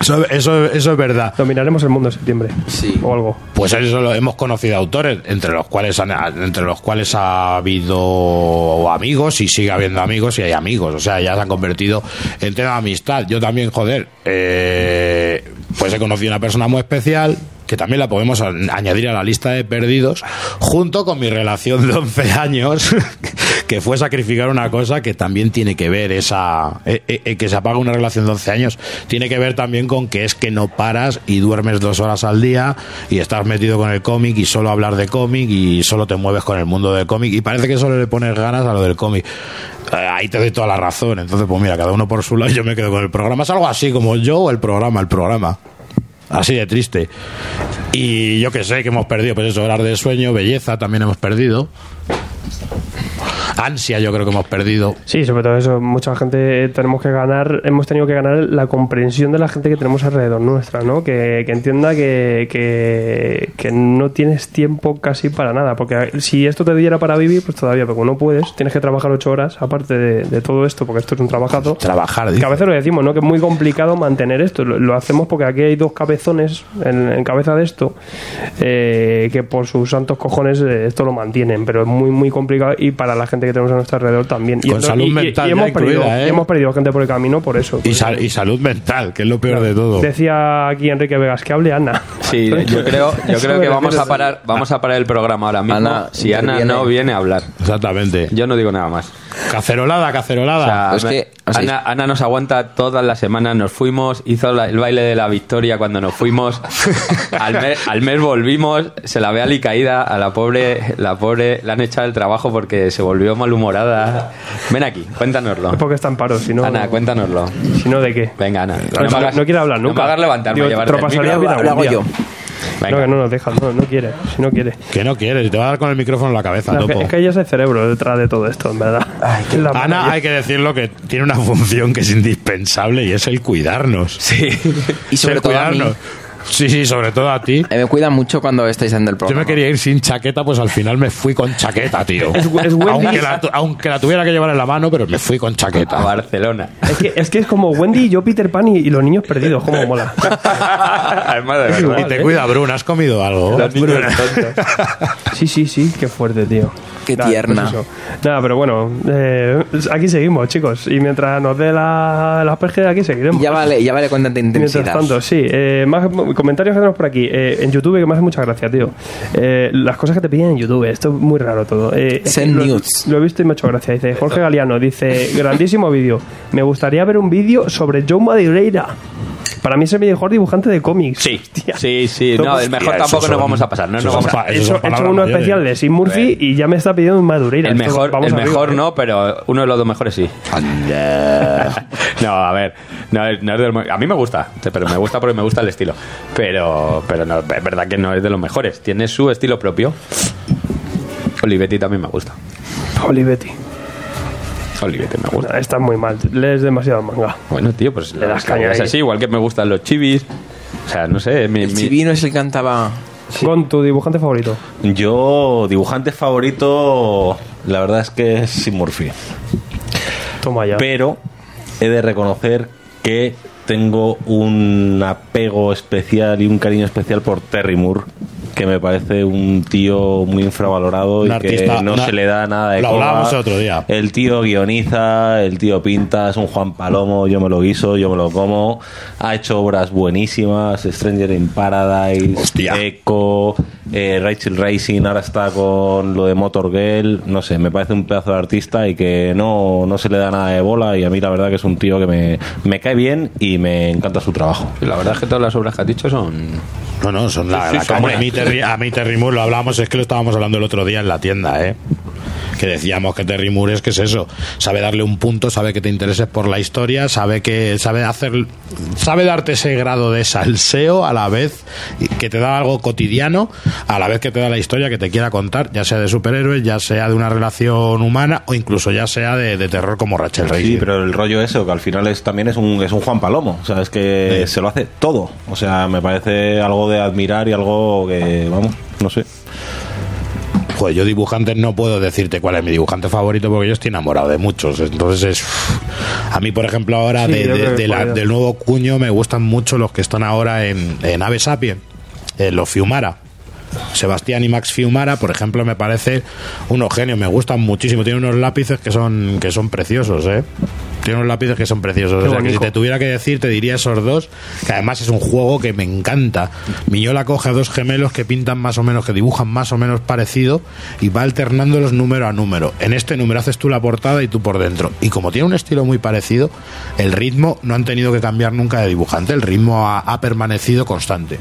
Speaker 3: eso, eso, eso es verdad.
Speaker 4: Dominaremos el mundo en septiembre.
Speaker 2: Sí.
Speaker 4: O algo.
Speaker 3: Pues eso lo hemos conocido autores, entre los cuales han- entre los cuales ha habido amigos y sigue habiendo amigos y hay amigos, o sea, ya se han convertido en tema de amistad. Yo también, joder, eh, pues he conocido una persona muy especial que también la podemos a- añadir a la lista de perdidos, junto con mi relación de 11 años, que fue sacrificar una cosa que también tiene que ver esa eh, eh, eh, que se apaga una relación de 11 años tiene que ver también con que es que no paras y duermes dos horas al día y estás metido con el cómic y solo hablar de cómic y solo te mueves con el mundo del cómic y parece que solo le pones ganas a lo del cómic Eh, ahí te doy toda la razón entonces pues mira cada uno por su lado yo me quedo con el programa es algo así como yo o el programa el programa Así de triste. Y yo que sé que hemos perdido, pues eso, horas de sueño, belleza también hemos perdido. Ansia yo creo que hemos perdido.
Speaker 4: Sí, sobre todo eso. Mucha gente eh, tenemos que ganar, hemos tenido que ganar la comprensión de la gente que tenemos alrededor nuestra, ¿no? Que, que entienda que, que, que no tienes tiempo casi para nada. Porque si esto te diera para vivir, pues todavía, pero como no puedes, tienes que trabajar ocho horas, aparte de, de todo esto, porque esto es un trabajazo.
Speaker 3: Trabajar,
Speaker 4: Que a
Speaker 3: dice.
Speaker 4: veces lo decimos, ¿no? Que es muy complicado mantener esto. Lo, lo hacemos porque aquí hay dos cabezones en, en cabeza de esto eh, que por sus santos cojones eh, esto lo mantienen, pero es muy, muy complicado y para la gente que tenemos a nuestro alrededor también. Y
Speaker 3: Con salud mental ya
Speaker 4: hemos, perdido,
Speaker 3: incluida, ¿eh?
Speaker 4: y hemos perdido gente por el camino por eso.
Speaker 3: Y, sal- y salud mental, que es lo peor de todo.
Speaker 4: Decía aquí Enrique Vegas que hable Ana.
Speaker 5: Sí, yo creo, yo
Speaker 4: Eso
Speaker 5: creo
Speaker 4: me
Speaker 5: que vamos
Speaker 4: refiero.
Speaker 5: a parar, vamos a parar el programa ahora mismo.
Speaker 2: Ana,
Speaker 5: si Ana
Speaker 2: interviene.
Speaker 5: no viene a hablar,
Speaker 3: Exactamente.
Speaker 5: yo no digo nada más.
Speaker 3: Cacerolada,
Speaker 5: O sea,
Speaker 3: cacerolada.
Speaker 2: Ah, Es
Speaker 5: me-
Speaker 2: que, o sea,
Speaker 5: Ana, Ana nos aguanta todas las semanas. Nos fuimos, hizo la- el baile de la victoria cuando nos fuimos. al, mes, al mes volvimos, se la ve alicaída a la pobre, la pobre, la han echado el trabajo porque se volvió malhumorada. Ven aquí, cuéntanoslo.
Speaker 4: Es porque está en paro, si no.
Speaker 5: Ana, cuéntanos
Speaker 4: Si no, ¿de qué?
Speaker 5: Venga, Ana.
Speaker 4: No, no, no quiere hablar
Speaker 5: No
Speaker 4: nunca.
Speaker 5: me hagas levantarme
Speaker 4: Digo,
Speaker 5: a
Speaker 4: te
Speaker 5: llevarte
Speaker 4: lo
Speaker 5: el
Speaker 4: pasaría
Speaker 5: micro.
Speaker 4: bien
Speaker 2: Lo,
Speaker 4: algún
Speaker 2: lo hago
Speaker 4: día.
Speaker 2: yo.
Speaker 5: Venga.
Speaker 4: No, que no nos deja, no, no quiere, si no quiere.
Speaker 3: Que no quieres, te va a dar con el micrófono en la cabeza,
Speaker 4: Es que,
Speaker 3: topo.
Speaker 4: es que ella es el cerebro detrás de todo esto, en verdad. Es la
Speaker 3: Ana, hay que decirlo que tiene una función que es indispensable y es el cuidarnos.
Speaker 5: Sí.
Speaker 2: Y sobre
Speaker 3: el
Speaker 2: todo a mí.
Speaker 3: cuidarnos. Sí, sí, sobre todo a ti.
Speaker 2: Eh, me cuidan mucho cuando estáis dando el
Speaker 3: Yo
Speaker 2: programa.
Speaker 3: me quería ir sin chaqueta, pues al final me fui con chaqueta, tío.
Speaker 4: es Wendy's.
Speaker 3: aunque, la, tu- aunque la tuviera que llevar en la mano, pero me fui con
Speaker 5: A
Speaker 3: chaqueta.
Speaker 5: Barcelona.
Speaker 4: Es que, es que es como Wendy, yo Peter Pan y, y los niños perdidos, como mola.
Speaker 5: Además de verdad.
Speaker 3: Y te cuida, Brun, ¿has comido algo?
Speaker 5: Los niños tontos.
Speaker 4: Sí, sí, sí, qué fuerte, tío.
Speaker 2: Qué
Speaker 4: Nada,
Speaker 2: tierna.
Speaker 4: pues eso. Nada, pero bueno, eh, aquí seguimos, chicos. Y mientras nos dé la, la PG, aquí seguiremos.
Speaker 2: Y Ya vale, ya vale con tanta intensidad.
Speaker 4: Mientras tanto, sí. Eh, más comentarios que tenemos por aquí. Eh, en YouTube, que me hace mucha gracia, tío. Eh, las cosas que te piden en YouTube. Esto es muy raro todo. Eh, es
Speaker 2: Send
Speaker 4: que lo-
Speaker 2: nudes.
Speaker 4: Lo, he visto y me ha hecho gracia. Dice Jorge Galeano. Dice, grandísimo vídeo. Me gustaría ver un vídeo sobre Joe Madureira. Para mí es el mejor dibujante de cómics.
Speaker 5: Sí,
Speaker 4: Hostia.
Speaker 5: sí, sí. No, el mejor
Speaker 3: Hostia,
Speaker 5: tampoco
Speaker 3: esos
Speaker 5: nos
Speaker 3: son-
Speaker 5: vamos a pasar. No,
Speaker 3: esos
Speaker 5: nos
Speaker 3: son
Speaker 5: vamos a-
Speaker 3: pa-
Speaker 4: He
Speaker 3: esos
Speaker 4: hecho,
Speaker 3: son
Speaker 4: he hecho
Speaker 3: palabras
Speaker 4: uno
Speaker 3: mayores.
Speaker 4: especial de Sim Murphy y ya me está pidiendo un Madureira.
Speaker 5: El
Speaker 4: Esto
Speaker 5: mejor,
Speaker 4: vamos
Speaker 5: el
Speaker 4: arriba,
Speaker 5: mejor
Speaker 4: ¿eh?
Speaker 5: no, pero uno de los dos mejores sí. no, a ver. No, es- no es del mo- a mí me gusta, pero me gusta porque me gusta el estilo. Pero, pero no, es verdad que no es de los mejores. Tiene su estilo propio. Olivetti también me gusta.
Speaker 4: Olivetti.
Speaker 5: Olivetti me gusta.
Speaker 4: Nah, Estás muy mal. Lees demasiado manga.
Speaker 5: Bueno, tío, pues
Speaker 4: Le das
Speaker 5: la-
Speaker 4: caña
Speaker 5: es
Speaker 4: ahí.
Speaker 5: así, igual que me gustan los chivis. O sea, no sé, mi, mi-
Speaker 2: Si vino es el que cantaba.
Speaker 4: Con tu dibujante favorito.
Speaker 1: Yo, dibujante favorito, la verdad es que es Sim Murphy.
Speaker 4: Toma ya.
Speaker 1: Pero he de reconocer que tengo un apego especial y un cariño especial por Terry Moore, que me parece un tío muy infravalorado y
Speaker 3: Un
Speaker 1: que
Speaker 3: artista,
Speaker 1: no
Speaker 3: una-
Speaker 1: se le da nada de
Speaker 3: lo
Speaker 1: coba.
Speaker 3: hablábamos el otro día.
Speaker 1: El tío guioniza, el tío pinta, es un Juan Palomo, yo me lo guiso, yo me lo como. Ha hecho obras buenísimas, Stranger in Paradise,
Speaker 3: Hostia.
Speaker 1: Echo, eh, Rachel Racing, ahora está con lo de Motor Girl, no sé, me parece un pedazo de artista y que no, no se le da nada de bola y a mí la verdad que es un tío que me, me cae bien y me encanta su trabajo.
Speaker 5: La verdad es que todas las obras que has dicho son.
Speaker 3: No, no, son la,
Speaker 5: Sí, sí,
Speaker 3: la
Speaker 5: son
Speaker 3: caña.
Speaker 5: buenas.
Speaker 3: A mí, Terry, a mí Terry Moore lo hablábamos, es que lo estábamos hablando el otro día en la tienda, ¿eh? que decíamos que Terry Moore es que es eso, sabe darle un punto, sabe que te intereses por la historia, sabe que sabe hacer sabe darte ese grado de salseo a la vez que te da algo cotidiano, a la vez que te da la historia que te quiera contar, ya sea de superhéroes, ya sea de una relación humana o incluso ya sea de, de terror como Rachel Reyes.
Speaker 1: Sí, pero el rollo eso, que al final es también es un, es un Juan Palomo, o sea, es que sí. se lo hace todo, o sea, me parece algo de admirar y algo que, vamos, no sé.
Speaker 3: Joder, yo dibujantes no puedo decirte cuál es mi dibujante favorito porque yo estoy enamorado de muchos. Entonces, es, a mí, por ejemplo, ahora sí, de, de, de la, del nuevo cuño me gustan mucho los que están ahora en, en Ave Sapien, en los Fiumara. Sebastián y Max Fiumara, por ejemplo, me parece unos genios, me gustan muchísimo. Tiene unos lápices que son, que son preciosos, ¿eh? Tiene unos lápices que son preciosos. Qué o sea, bonito. que si te tuviera que decir, te diría esos dos, que además es un juego que me encanta. Miñola coge a dos gemelos que pintan más o menos, que dibujan más o menos parecido y va alternándolos número a número. En este número haces tú la portada y tú por dentro. Y como tiene un estilo muy parecido, el ritmo no han tenido que cambiar nunca de dibujante, el ritmo ha, ha permanecido constante.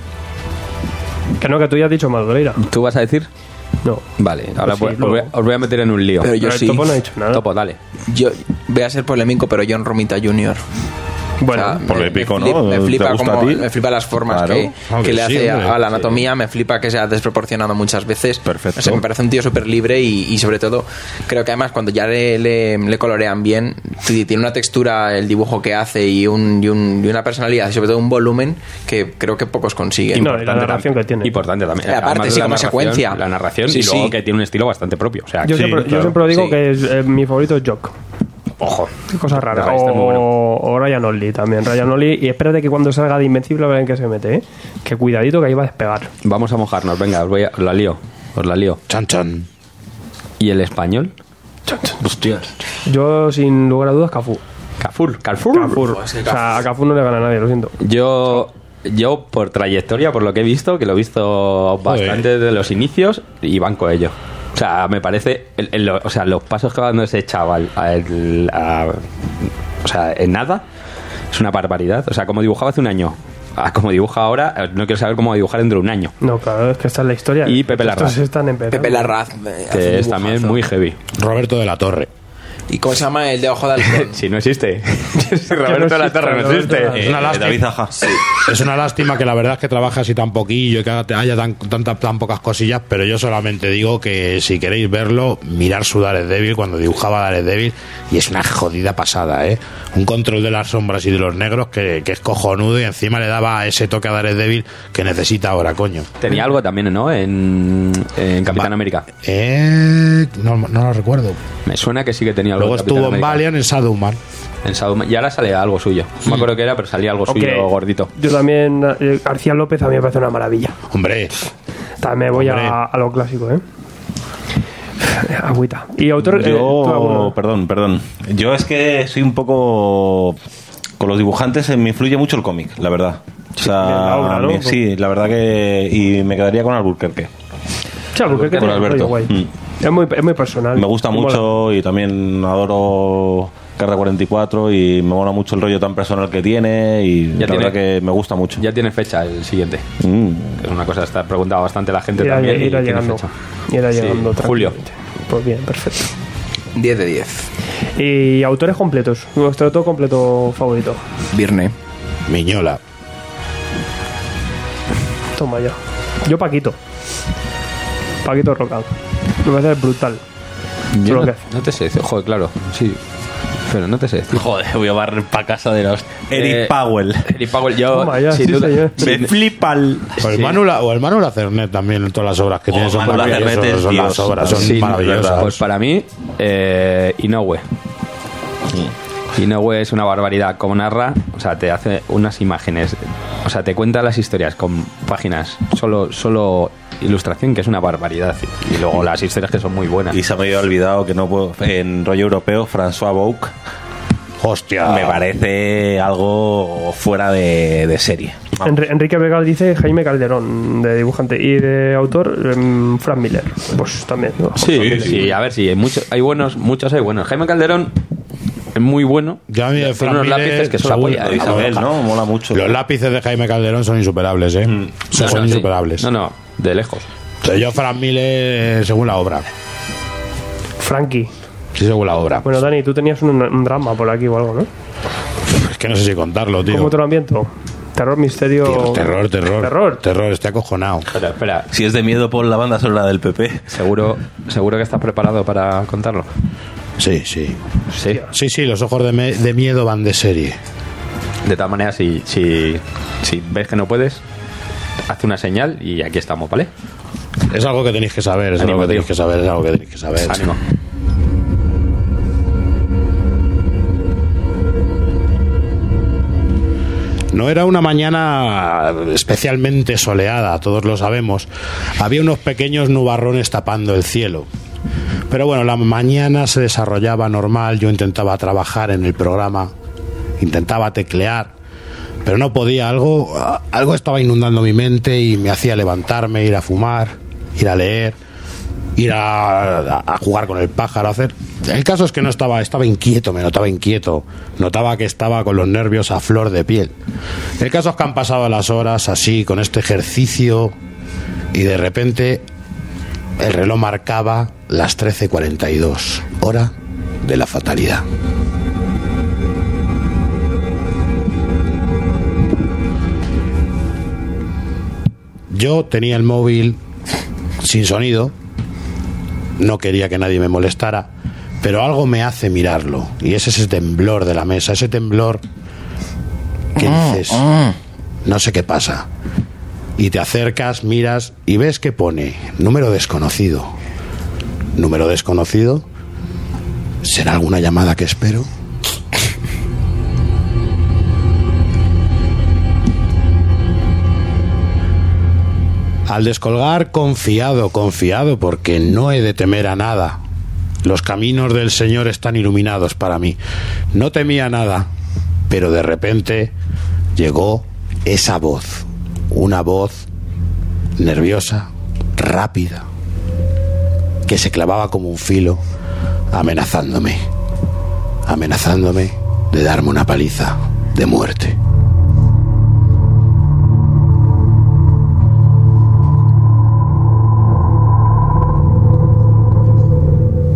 Speaker 4: Que no, que tú ya has dicho Madureira.
Speaker 5: ¿Tú vas a decir?
Speaker 4: No.
Speaker 5: Vale, ahora
Speaker 4: Pues sí,
Speaker 5: pues, os, voy a, os voy a meter en un lío.
Speaker 2: Pero yo
Speaker 4: Pero el
Speaker 2: sí.
Speaker 4: topo no ha dicho nada.
Speaker 5: Topo, dale.
Speaker 2: Yo voy a ser polémico, pero John Romita Jr.
Speaker 4: Bueno,
Speaker 2: O sea,
Speaker 1: polémico,
Speaker 2: me, me
Speaker 1: ¿no?
Speaker 2: flip-
Speaker 1: ¿Te
Speaker 2: me flipa
Speaker 1: gusta
Speaker 2: como-
Speaker 1: a ti?
Speaker 2: me flipa las formas
Speaker 1: Claro.
Speaker 2: que,
Speaker 3: Hombre,
Speaker 2: que le
Speaker 3: sí,
Speaker 2: hace a-
Speaker 3: hombre,
Speaker 2: a la anatomía, me flipa que sea desproporcionado muchas veces.
Speaker 1: Perfecto.
Speaker 2: O sea, me parece un tío súper libre y, y sobre todo creo que además cuando ya le, le- le colorean bien, t- tiene una textura el dibujo que hace y, un, y, un- y una personalidad y sobre todo un volumen que creo que pocos consiguen.
Speaker 4: No, y la narración que tiene.
Speaker 5: Importante también.
Speaker 2: Eh, aparte, sí,
Speaker 5: la
Speaker 2: como
Speaker 5: narración-
Speaker 2: secuencia.
Speaker 5: La narración
Speaker 2: Sí,
Speaker 5: y luego
Speaker 2: sí.
Speaker 5: que tiene un estilo bastante propio. O sea,
Speaker 4: Yo,
Speaker 5: sí,
Speaker 4: siempre, yo
Speaker 5: claro.
Speaker 4: siempre digo
Speaker 2: Sí.
Speaker 4: que es, eh, mi favorito es Jock.
Speaker 5: Ojo.
Speaker 4: Qué cosa rara.
Speaker 5: Nah, este es muy bueno.
Speaker 4: O, o Ryan Only también. Ryan Only. Y espérate que cuando salga de Invencible a ver en qué se mete, ¿eh? Que cuidadito que ahí va a despegar.
Speaker 5: Vamos a mojarnos, venga, os, voy a- os la lío. Os la lío.
Speaker 3: Chan, chan.
Speaker 5: ¿Y el español?
Speaker 4: Yo, sin lugar a dudas, Cafú.
Speaker 5: Uh, Carrefour. Carrefour.
Speaker 4: Cafur. O sea, a Cafú no le gana a nadie, lo siento.
Speaker 5: Yo, yo, por trayectoria, por lo que he visto, que lo he visto bastante desde los inicios, y banco ello. O sea, me parece. el- el- o sea, los pasos que va dando ese chaval a el- a- o sea, en nada es una barbaridad. O sea, como dibujaba hace un año, a como dibuja ahora, eh, no quiero saber cómo va a dibujar dentro de un año.
Speaker 4: No, claro, es que esta es la historia.
Speaker 5: Y Pepe Larraz.
Speaker 4: Estos están empezando.
Speaker 2: Pepe Larraz. eh, hace un
Speaker 5: Que es también
Speaker 2: dibujazo.
Speaker 5: muy heavy.
Speaker 3: Roberto de la Torre.
Speaker 2: ¿Y cómo se llama el de Ojo de Halcón?
Speaker 5: Si no existe. Si Roberto
Speaker 4: existe,
Speaker 5: la Torre no
Speaker 4: Roberto
Speaker 5: existe.
Speaker 4: Latorre.
Speaker 1: Eh,
Speaker 3: Una lástima.
Speaker 1: David Aja.
Speaker 3: Es una lástima que la verdad es que trabaja así tan poquillo y que haga- haya tan, tantas- tan pocas cosillas, pero yo solamente digo que si queréis verlo, mirar su Daredevil cuando dibujaba Daredevil y es una jodida pasada, ¿eh? Un control de las sombras y de los negros que, que es cojonudo y encima le daba ese toque a Daredevil que necesita ahora, coño.
Speaker 5: Tenía algo también, ¿no? En, en Capitán
Speaker 3: Va-
Speaker 5: América.
Speaker 3: Eh, no, no lo recuerdo.
Speaker 5: Me suena que sí que tenía algo
Speaker 3: Luego
Speaker 5: en Capitán
Speaker 3: estuvo en
Speaker 5: América.
Speaker 3: Valiant, en Saduman.
Speaker 5: En Saddam- Y ahora sale algo suyo. No me acuerdo qué era, pero salía algo
Speaker 4: Ok.
Speaker 5: suyo gordito.
Speaker 4: Yo también. eh, García López a mí me parece una maravilla.
Speaker 3: Hombre,
Speaker 4: También voy a,
Speaker 3: Hombre.
Speaker 4: a lo clásico, ¿eh? Agüita. Y autor. eh, tú
Speaker 1: Yo,
Speaker 4: alguno.
Speaker 1: perdón, perdón. Yo es que soy un poco. Con los dibujantes eh, me influye mucho el cómic, la verdad. O sea,
Speaker 4: bien, la obra, ¿no?
Speaker 1: me- sí, la verdad que. Y me quedaría con Albuquerque.
Speaker 4: Chao, porque
Speaker 1: con
Speaker 4: tiene un
Speaker 1: Alberto.
Speaker 4: rollo guay.
Speaker 1: Mm.
Speaker 4: Es, muy, es muy personal.
Speaker 1: Me gusta
Speaker 4: Mola.
Speaker 1: mucho y también adoro Carga 44 y me mola mucho el rollo tan personal que tiene y
Speaker 5: Ya
Speaker 1: la
Speaker 5: tiene-
Speaker 1: verdad que me gusta mucho.
Speaker 5: Ya tiene fecha el siguiente.
Speaker 1: Mm.
Speaker 5: Es una cosa que está preguntado bastante la gente
Speaker 4: Irá,
Speaker 5: también. y
Speaker 4: irá
Speaker 5: tiene
Speaker 4: llegando.
Speaker 5: fecha.
Speaker 4: Irá
Speaker 5: Sí,
Speaker 4: llegando.
Speaker 5: julio.
Speaker 4: tranquilamente. Pues bien, perfecto.
Speaker 2: 10 de 10.
Speaker 4: Y autores completos. Nuestro autor completo favorito.
Speaker 2: Virne.
Speaker 3: Miñola.
Speaker 4: Toma ya. Yo Paquito. Paquito Roca. Me parece brutal.
Speaker 5: Yo
Speaker 4: Solo
Speaker 5: no,
Speaker 4: que-
Speaker 5: no te sé decir. Joder, claro. Sí. Pero no te sé decir.
Speaker 6: Joder, voy a barrer para casa de los.
Speaker 1: Eric
Speaker 5: Eh,
Speaker 1: Powell.
Speaker 5: Eric Powell, yo.
Speaker 4: Toma ya,
Speaker 5: sin
Speaker 4: sí,
Speaker 5: duda-
Speaker 4: señor.
Speaker 5: sin-
Speaker 1: Me flipa el-
Speaker 3: O el, Manula, o el Manula Cernet también, todas las obras que
Speaker 1: Oh,
Speaker 3: tiene son
Speaker 1: Manula
Speaker 3: maravillosas.
Speaker 1: Cernet es
Speaker 3: son las
Speaker 1: Dios.
Speaker 3: obras, son
Speaker 5: sin-
Speaker 3: maravillosas.
Speaker 5: Pues para mí, eh, Inoue. Inoue es una barbaridad. Como narra, o sea, te hace unas imágenes. O sea, te cuenta las historias con páginas. Solo, solo ilustración, que es una barbaridad. Y luego las historias que son muy buenas.
Speaker 1: Y se me había olvidado que no puedo. En rollo europeo, François Bouk
Speaker 3: Hostia.
Speaker 1: me parece algo fuera de, de serie. Vamos.
Speaker 4: Enri- Enrique Vegal dice Jaime Calderón, de dibujante. Y de autor, em, Frank Miller. Pues también. ¿no?
Speaker 5: Sí, sí, a ver, sí, hay, muchos, hay buenos, muchos hay buenos. Jaime Calderón es muy bueno.
Speaker 3: Yo a mí de
Speaker 5: Tiene
Speaker 3: Fran
Speaker 5: unos
Speaker 3: Miller,
Speaker 5: lápices que son la
Speaker 3: seguro,
Speaker 1: Ah,
Speaker 5: polla.
Speaker 3: lo
Speaker 5: ¿eh?
Speaker 3: dice
Speaker 1: Isabel, ¿no? Mola mucho.
Speaker 3: Los lápices de Jaime Calderón son insuperables, ¿eh? O sea,
Speaker 5: Mm. No,
Speaker 3: son
Speaker 5: no, sí.
Speaker 3: insuperables.
Speaker 5: No, no, de lejos.
Speaker 3: eh, O sea, yo, Fran Miller, según la obra.
Speaker 4: Frankie.
Speaker 3: Sí, según la obra.
Speaker 4: Bueno, Dani, tú tenías un, un drama por aquí o algo, ¿no?
Speaker 3: Pues es que no sé si contarlo, tío.
Speaker 4: ¿Cómo te lo ambiento? Terror, misterio.
Speaker 3: Terror, terror.
Speaker 4: Terror.
Speaker 3: Terror, estoy acojonado.
Speaker 5: Espera, espera.
Speaker 1: Si es de miedo, por la banda sonora del PP.
Speaker 5: Seguro, seguro que estás preparado para contarlo.
Speaker 3: Sí, sí.
Speaker 5: Sí.
Speaker 3: Sí, sí, los ojos de, me- de miedo van de serie.
Speaker 5: De tal manera, si, si, si ves que no puedes, haz una señal y aquí estamos, ¿vale?
Speaker 3: Es algo que tenéis que saber, es
Speaker 5: Ánimo,
Speaker 3: algo que tenéis
Speaker 5: tío.
Speaker 3: que saber, es algo que tenéis que saber.
Speaker 5: Ánimo.
Speaker 3: No era una mañana especialmente soleada, todos lo sabemos. Había unos pequeños nubarrones tapando el cielo. Pero bueno, la mañana se desarrollaba normal, yo intentaba trabajar en el programa, intentaba teclear, pero no podía, algo, algo estaba inundando mi mente y me hacía levantarme, ir a fumar, ir a leer, ir a, a jugar con el pájaro, hacer. El caso es que no estaba, estaba inquieto, me notaba inquieto, notaba que estaba con los nervios a flor de piel. El caso es que han pasado las horas así, con este ejercicio, y de repente el reloj marcaba las 13.42, hora de la fatalidad. Yo tenía el móvil sin sonido, no quería que nadie me molestara, pero algo me hace mirarlo, y es ese temblor de la mesa, ese temblor que dices, no sé qué pasa. Y te acercas, miras y ves que pone número desconocido. Número desconocido. ¿Será alguna llamada que espero? Al descolgar, confiado, confiado, porque no he de temer a nada. Los caminos del Señor están iluminados para mí. No temía nada, pero de repente llegó esa voz, una voz nerviosa, rápida, que se clavaba como un filo, amenazándome, amenazándome de darme una paliza de muerte.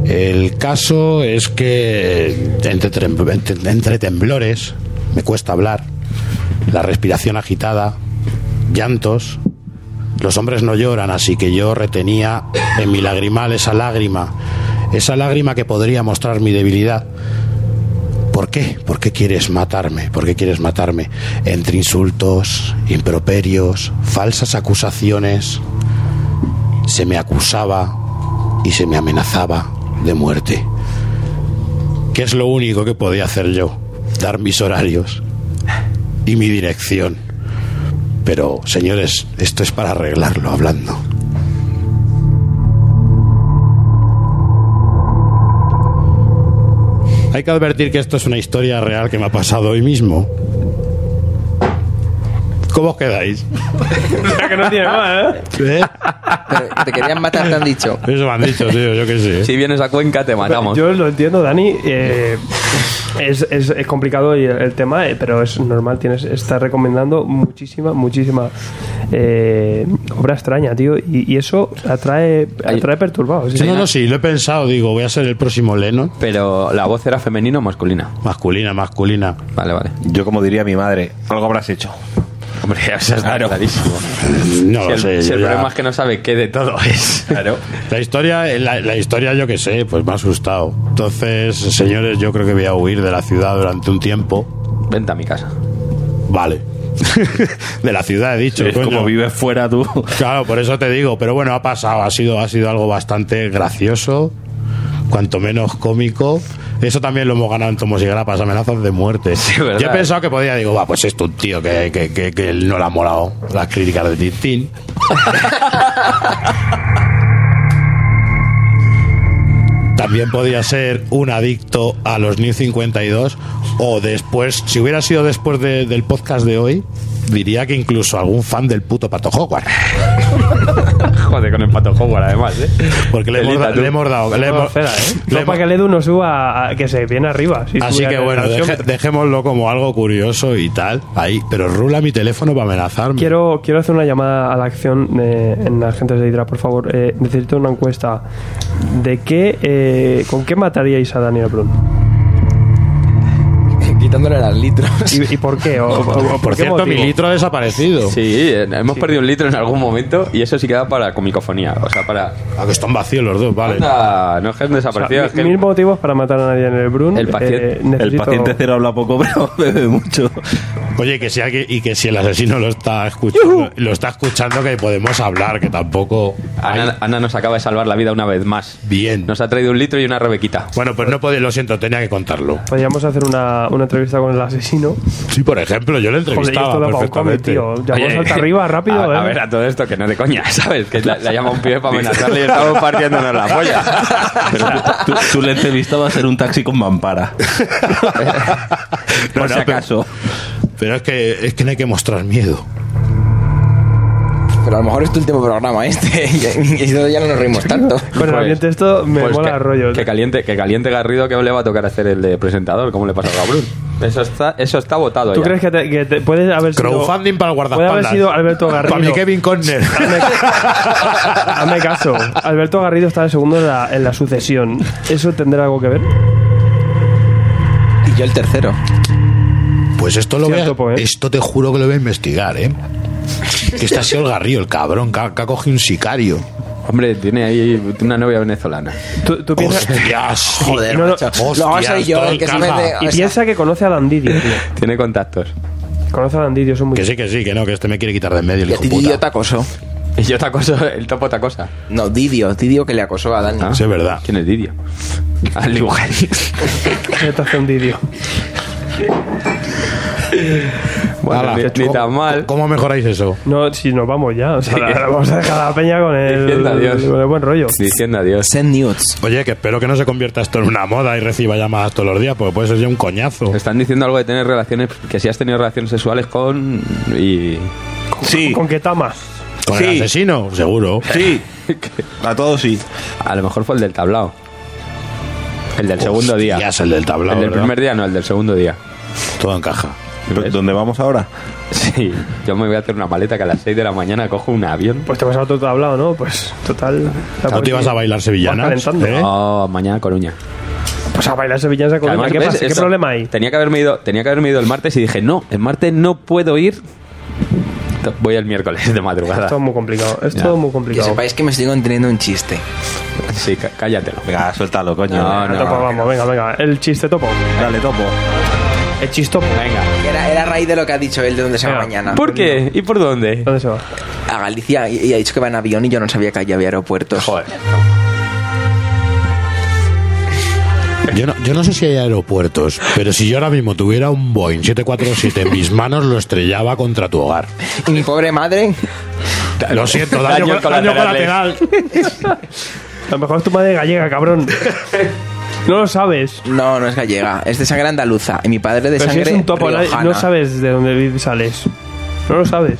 Speaker 3: El caso es que entre, trem- entre- entre temblores me cuesta hablar, la respiración agitada, llantos. Los hombres no lloran, así que yo retenía en mi lagrimal esa lágrima, esa lágrima que podría mostrar mi debilidad. ¿Por qué? ¿Por qué quieres matarme? ¿Por qué quieres matarme? Entre insultos, improperios, falsas acusaciones, se me acusaba y se me amenazaba de muerte. ¿Qué es lo único que podía hacer yo? Dar mis horarios y mi dirección. Pero, señores, esto es para arreglarlo hablando. Hay que advertir que esto es una historia real que me ha pasado hoy mismo. ¿Cómo os quedáis?
Speaker 4: que no tiene más, ¿eh?
Speaker 3: ¿Eh?
Speaker 2: Pero te querían matar, te han dicho.
Speaker 3: Eso me han dicho, tío, yo qué sé.
Speaker 5: Si vienes a Cuenca, te matamos.
Speaker 4: Yo lo entiendo, Dani. eh, es, es- es complicado y el, el tema, eh, pero es normal. Tienes, estás recomendando muchísima, muchísima eh, obra extraña, tío. Y, y eso atrae, atrae perturbados.
Speaker 3: Sí, no, no, sí, lo he pensado, digo, voy a ser el próximo Lennon.
Speaker 5: Pero la voz era femenina o masculina.
Speaker 3: Masculina, masculina.
Speaker 5: Vale, vale.
Speaker 1: Yo, como diría mi madre, algo habrás hecho.
Speaker 5: Hombre, ya está
Speaker 1: Claro.
Speaker 5: clarísimo.
Speaker 3: No
Speaker 5: Si
Speaker 3: lo
Speaker 5: el,
Speaker 3: sé.
Speaker 5: si
Speaker 3: yo
Speaker 5: el
Speaker 3: ya-
Speaker 5: problema es que no sabe qué de todo es. Claro.
Speaker 3: La historia, eh, la, la historia, yo que sé, pues me ha asustado. Entonces, señores, yo creo que voy a huir de la ciudad durante un tiempo.
Speaker 5: Vente a mi casa.
Speaker 3: Vale. de la ciudad, he dicho.
Speaker 1: Es
Speaker 3: coño.
Speaker 1: como vives fuera tú.
Speaker 3: Claro, por eso te digo. Pero bueno, ha pasado. Ha sido, ha sido algo bastante gracioso. Cuanto menos cómico. Eso también lo hemos ganado en tomos y grapas, amenazas de muerte.
Speaker 5: ¿verdad?
Speaker 3: Yo he pensado que podía, digo, va, pues esto un tío que, que, que, que él no le ha molado las críticas de Tintín. También podía ser un adicto a los New 52 o después, si hubiera sido después de- del podcast de hoy, diría que incluso algún fan del puto Pato Hogwarts.
Speaker 5: Joder, con el pato Howard, además, ¿eh?
Speaker 3: Porque le hemos,
Speaker 5: Delita,
Speaker 3: da-
Speaker 5: tú.
Speaker 3: le hemos dado. le
Speaker 4: No,
Speaker 3: hemos-
Speaker 4: espera, ¿eh?
Speaker 3: le
Speaker 4: No,
Speaker 3: hemos-
Speaker 4: para que el Edu no suba, a- que se viene arriba. si
Speaker 3: Así
Speaker 4: sube
Speaker 3: que
Speaker 4: al-
Speaker 3: bueno,
Speaker 4: al
Speaker 3: deje-
Speaker 4: arqueómetro.
Speaker 3: dejémoslo como algo curioso y tal. Ahí, pero rula mi teléfono para amenazarme.
Speaker 4: Quiero, quiero hacer una llamada a la acción eh, en Agentes de Hydra, por favor. Eh, necesito una encuesta. ¿De qué, eh, con qué mataríais a Daniel Brun?
Speaker 2: Quitándole las litros.
Speaker 4: ¿Y, y por qué? O- o- o
Speaker 3: Por,
Speaker 4: qué
Speaker 3: cierto,
Speaker 4: motivo?
Speaker 3: mi litro ha desaparecido.
Speaker 5: Sí, eh, hemos perdido un litro en algún momento y eso sí queda para comicofonía. O sea, para.
Speaker 3: Ah, que están vacíos los dos, vale.
Speaker 5: Anda, no es que han
Speaker 4: O sea,
Speaker 5: desaparecido.
Speaker 4: mi-
Speaker 5: es que-
Speaker 4: mil motivos para matar a Daniel Brun.
Speaker 5: El paciente-
Speaker 4: Eh, necesito-
Speaker 1: El paciente cero habla poco, pero bebe mucho.
Speaker 3: Oye, que si alguien- y que si el asesino lo está escuchando, lo está escuchando que podemos hablar, que tampoco.
Speaker 4: Ah,
Speaker 3: Ay,
Speaker 5: Ana, Ana nos acaba de salvar la vida una vez más.
Speaker 3: Bien.
Speaker 5: Nos ha traído un litro y una rebequita.
Speaker 3: Bueno, pues no podía, lo siento, tenía que contarlo.
Speaker 4: Podríamos hacer una, una entrevista con el asesino.
Speaker 3: Sí, por ejemplo, yo le
Speaker 4: Joder, y
Speaker 3: entrevistaba
Speaker 4: esto da para un cómic,
Speaker 3: perfectamente.
Speaker 4: tío. Ya pues,
Speaker 5: Oye,
Speaker 4: salta arriba, rápido.
Speaker 5: A, a
Speaker 4: eh.
Speaker 5: ver, a todo esto, que no es de coña, ¿sabes? Que la, la llama un pibe para amenazarle y estamos partiéndonos la polla.
Speaker 1: Pero tú, tú- tú le entrevistabas en un taxi con mampara.
Speaker 3: No,
Speaker 1: Por
Speaker 3: no,
Speaker 1: si
Speaker 3: pero-
Speaker 1: acaso.
Speaker 3: Pero es que es que no hay que mostrar miedo.
Speaker 2: Pero a lo mejor es tu último programa este. Y, y ya no nos reímos tanto.
Speaker 4: Con el
Speaker 5: Pues-
Speaker 4: ambiente esto me
Speaker 5: Pues
Speaker 4: mola
Speaker 5: que,
Speaker 4: el rollo. ¿eh?
Speaker 5: Que caliente, que caliente Garrido que le va a tocar hacer el de presentador, como le pasó a Gabrun. Eso está, eso está votado
Speaker 4: ¿Tú
Speaker 5: ya.
Speaker 4: crees que, te, que te- puede haber sido...
Speaker 3: Crowdfunding para el
Speaker 4: Puede
Speaker 3: guardaespaldas.
Speaker 4: haber sido Alberto
Speaker 3: Para mi
Speaker 4: Garrido.
Speaker 3: Kevin Conner.
Speaker 4: Hazme caso. Alberto Garrido está de segundo en la, en la sucesión. ¿Eso tendrá algo que ver?
Speaker 2: Y yo el tercero.
Speaker 3: Pues esto lo voy
Speaker 4: Cierto,
Speaker 3: a,
Speaker 4: pues.
Speaker 3: Esto te juro que lo voy a investigar, ¿eh? Que este ha sido el garrío, el cabrón, que ha, que ha cogido un sicario.
Speaker 5: Hombre, tiene ahí una novia venezolana.
Speaker 4: ¿Tú, tú piensas...
Speaker 3: ¡Hostias!
Speaker 2: Joder,
Speaker 4: no, no.
Speaker 2: macho.
Speaker 3: Hostias,
Speaker 2: Luego soy yo
Speaker 3: todo
Speaker 2: el que se
Speaker 3: encaja.
Speaker 2: mete.
Speaker 4: Y
Speaker 2: o sea,
Speaker 4: piensa que conoce a Landidio, tío.
Speaker 5: Tiene contactos.
Speaker 4: Conoce a Landidio, eso es muy...
Speaker 3: Que sí, que sí, que no, que este me quiere quitar de en medio el
Speaker 2: y a
Speaker 3: hijo
Speaker 2: ti
Speaker 3: puta.
Speaker 2: Didio te acosó.
Speaker 5: Y yo te acoso, el topo te acosa.
Speaker 2: No, Didio, Didio que le acosó a Dani.
Speaker 5: Ah.
Speaker 3: Sí, es verdad.
Speaker 5: ¿Quién es Didio? Al dibujar.
Speaker 4: ¿Qué te hace un Didio?
Speaker 5: Bueno,
Speaker 3: Ala,
Speaker 5: ni, ni
Speaker 3: ¿cómo-
Speaker 5: tan mal.
Speaker 3: ¿Cómo mejoráis eso?
Speaker 4: No, si nos vamos ya. O sea, ahora vamos a dejar a la peña con el,
Speaker 5: Diciendo adiós.
Speaker 4: con el buen rollo.
Speaker 5: Diciendo adiós.
Speaker 2: Send nudes.
Speaker 3: Oye, que espero que no se convierta esto en una moda y reciba llamadas todos los días, porque puede ser ya un coñazo.
Speaker 5: Están diciendo algo de tener relaciones, que si has tenido relaciones sexuales con... y...
Speaker 1: Sí,
Speaker 4: ¿Con qué tama?
Speaker 3: Con el
Speaker 1: Sí.
Speaker 3: asesino, seguro.
Speaker 1: sí. A todos sí.
Speaker 5: A lo mejor fue el del tablao. El del segundo día.
Speaker 3: Ya es el del tablao,
Speaker 5: el del
Speaker 3: ¿verdad?
Speaker 5: primer día no, el del segundo día.
Speaker 3: Todo encaja.
Speaker 5: ¿Ves?
Speaker 1: ¿Dónde vamos ahora?
Speaker 5: Sí, yo me voy a hacer una maleta que a las 6 de la mañana cojo un avión.
Speaker 4: Pues te vas a otro tablado, ¿no? Pues, total...
Speaker 3: ¿No te ibas a bailar sevillanas?
Speaker 4: calentando.
Speaker 3: ¿Eh?
Speaker 5: Oh, mañana Coruña.
Speaker 4: Pues a bailar sevillanas a
Speaker 5: Que
Speaker 4: Coruña.
Speaker 5: además,
Speaker 4: ¿Qué,
Speaker 5: ¿ves?
Speaker 4: pasa? ¿Qué
Speaker 5: Eso-
Speaker 4: problema hay?
Speaker 5: Tenía que, haberme ido, tenía que haberme ido el martes y dije, no, el martes no puedo ir. Voy el miércoles de madrugada.
Speaker 4: Es todo muy complicado. Es
Speaker 5: Ya.
Speaker 4: todo muy
Speaker 2: Que
Speaker 4: complicado.
Speaker 2: sepáis que me estoy conteniendo un chiste.
Speaker 5: Sí, cá- cállatelo.
Speaker 1: Venga, suéltalo, coño.
Speaker 5: No,
Speaker 4: Topo,
Speaker 5: no.
Speaker 4: vamos, venga, venga. El chiste topo.
Speaker 1: Dale, topo.
Speaker 4: El chistopo.
Speaker 5: Venga.
Speaker 2: Era, era a raíz de lo que ha dicho él de dónde se va
Speaker 4: Venga.
Speaker 2: mañana.
Speaker 5: ¿Por qué? ¿Y por dónde?
Speaker 4: ¿Dónde se va?
Speaker 2: A Galicia y, y ha dicho que va en avión y yo no sabía que allí había aeropuertos.
Speaker 5: Joder.
Speaker 3: Yo no, yo no sé si hay aeropuertos, pero si yo ahora mismo tuviera un Boeing 747 en mis manos, lo estrellaba contra tu hogar.
Speaker 2: Y mi pobre madre
Speaker 3: Lo siento, daño,
Speaker 5: Daño
Speaker 3: daño
Speaker 5: colateral.
Speaker 3: colateral.
Speaker 4: A lo mejor es tu madre gallega, cabrón. No lo sabes.
Speaker 2: No, no es gallega, es de sangre andaluza. Y mi padre de
Speaker 4: Pero si
Speaker 2: sangre
Speaker 4: es un topo, nadie-
Speaker 2: riojana.
Speaker 4: no sabes de dónde vi- sales. No lo sabes.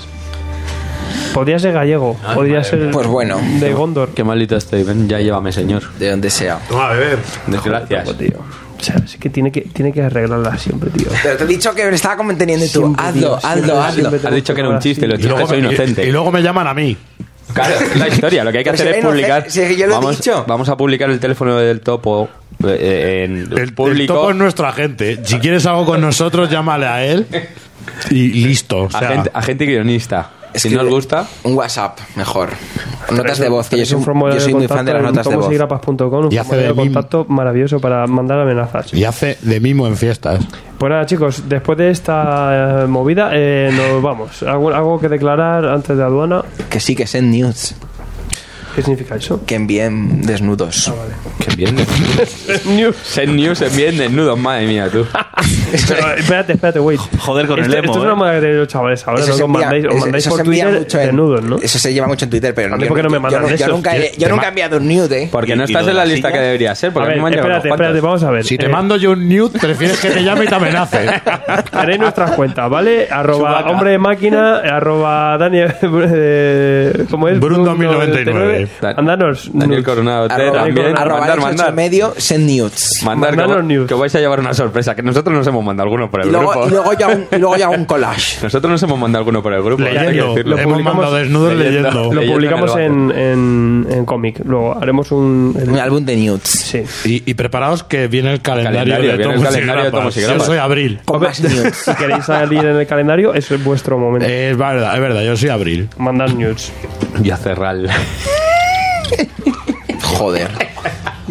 Speaker 4: Podría ser gallego, podría ser
Speaker 2: Pues bueno.
Speaker 4: de Gondor.
Speaker 5: Qué maldito estoy. Ven, ya llévame, señor.
Speaker 2: De donde sea.
Speaker 3: Toma, bebé.
Speaker 5: Gracias.
Speaker 4: tío. O sea, es que tiene que, tiene que arreglarla siempre, tío.
Speaker 2: Pero te he dicho que me estaba conteniendo y tú.
Speaker 4: Siempre,
Speaker 2: hazlo,
Speaker 4: tío,
Speaker 2: hazlo,
Speaker 4: siempre,
Speaker 2: hazlo.
Speaker 4: siempre te
Speaker 5: Has dicho que era un chiste y lo
Speaker 3: Y
Speaker 5: chiste
Speaker 3: luego,
Speaker 5: soy
Speaker 3: me,
Speaker 5: inocente.
Speaker 3: y- y luego me llaman a mí.
Speaker 5: Claro, es la historia. Lo que hay que
Speaker 2: Pero
Speaker 5: hacer
Speaker 2: si
Speaker 5: es
Speaker 2: no,
Speaker 5: publicar.
Speaker 2: si es que yo lo he
Speaker 5: vamos,
Speaker 2: dicho.
Speaker 5: vamos a publicar el teléfono del topo eh, en
Speaker 3: El, el
Speaker 5: público.
Speaker 3: topo es nuestra gente. Si quieres algo con nosotros, llámale a él. Y listo. O sea,
Speaker 5: agente, agente guionista. si no os
Speaker 2: Escribe
Speaker 5: gusta,
Speaker 2: Un Whatsap, mejor. Notas de voz, que yo
Speaker 4: Tenéis
Speaker 2: soy,
Speaker 4: un formulario
Speaker 2: yo soy muy fan de las
Speaker 4: contacto en
Speaker 2: notas de voz.
Speaker 4: tomosigrapas.com, un
Speaker 3: Y hace
Speaker 4: formulario
Speaker 3: de
Speaker 4: de
Speaker 3: mim.
Speaker 4: contacto maravilloso para mandar amenazas.
Speaker 3: y hace de mimo en fiestas.
Speaker 4: Pues nada, chicos, después de esta eh, movida, eh, nos vamos. ¿Algo, algo que declarar antes de aduana?
Speaker 2: Que sí, que send nudes.
Speaker 4: ¿Qué significa eso?
Speaker 2: Que envíen
Speaker 4: Ah,
Speaker 2: desnudos.
Speaker 5: que bien. Send news envíen desnudos, madre mía, tú.
Speaker 4: Pero, espérate, espérate, wait.
Speaker 1: Joder con
Speaker 4: esto,
Speaker 1: el emo,
Speaker 4: esto es
Speaker 1: eh.
Speaker 4: una moda que tenéis los chavales ahora, ¿no? Que os mandáis, os
Speaker 2: eso-
Speaker 4: mandáis
Speaker 2: eso
Speaker 4: por
Speaker 2: se envía
Speaker 4: Twitter
Speaker 2: mucho en-
Speaker 4: desnudos, ¿no?
Speaker 2: Eso se lleva mucho en Twitter, pero
Speaker 4: A mí,
Speaker 2: yo
Speaker 4: ¿por qué no me
Speaker 2: yo
Speaker 4: mandan
Speaker 2: yo
Speaker 4: eso?
Speaker 2: nunca he- Yo nunca he enviado un nude,
Speaker 4: Pues
Speaker 2: eh.
Speaker 5: Porque
Speaker 1: ¿Y-
Speaker 5: no
Speaker 1: y
Speaker 5: estás
Speaker 1: lo de
Speaker 5: en la
Speaker 1: las
Speaker 5: lista que
Speaker 1: sillas?
Speaker 5: debería ser,
Speaker 4: A
Speaker 5: porque a mí
Speaker 4: ver,
Speaker 5: me han
Speaker 4: espérate,
Speaker 5: llegado unos
Speaker 4: espérate,
Speaker 5: cuantos.
Speaker 4: vamos a ver.
Speaker 3: Si te
Speaker 4: Eh,
Speaker 3: mando yo un nude, prefieres que te llame y te amenace.
Speaker 4: Tenéis nuestras cuentas, ¿vale? Arroba
Speaker 1: Chubaca.
Speaker 4: hombre de máquina, arroba Daniel. eh, ¿Cómo es?
Speaker 3: Bruno
Speaker 5: Da-
Speaker 4: Andanos.
Speaker 5: Daniel
Speaker 4: nudes.
Speaker 5: Coronado, te
Speaker 2: Arroba,
Speaker 5: también.
Speaker 2: arroba
Speaker 5: mandar,
Speaker 2: Alex ocho
Speaker 5: mandar.
Speaker 2: y medio, send nudes.
Speaker 5: Mandar, que,
Speaker 4: Mandaros
Speaker 5: va-
Speaker 4: news.
Speaker 5: que vais a llevar una sorpresa, que nosotros nos hemos mandado alguno por el
Speaker 2: Y luego,
Speaker 5: grupo.
Speaker 2: y luego ya un, y luego ya un collage.
Speaker 5: Nosotros nos hemos mandado alguno por el grupo.
Speaker 3: Leyendo.
Speaker 5: hay que decirlo.
Speaker 3: Lo hemos mandado desnudos leyendo.
Speaker 4: Lo
Speaker 5: Leyendo
Speaker 4: publicamos
Speaker 5: en el
Speaker 4: en, en, en cómic. Luego haremos un. el-
Speaker 2: Un álbum de nudes.
Speaker 4: sí.
Speaker 3: Y, y preparaos que viene el calendario,
Speaker 5: Calendario,
Speaker 3: de
Speaker 5: viene
Speaker 3: Tomos
Speaker 5: el
Speaker 3: y
Speaker 5: calendario de
Speaker 3: Grapas.
Speaker 5: Tomos y
Speaker 3: Yo
Speaker 5: Grapas.
Speaker 3: soy abril.
Speaker 2: Con más nudes.
Speaker 4: Si queréis salir en el calendario, ese es vuestro momento.
Speaker 3: Eh, Es verdad, es verdad, yo soy abril.
Speaker 4: Mandar nudes.
Speaker 5: Y a cerrar.
Speaker 2: Joder.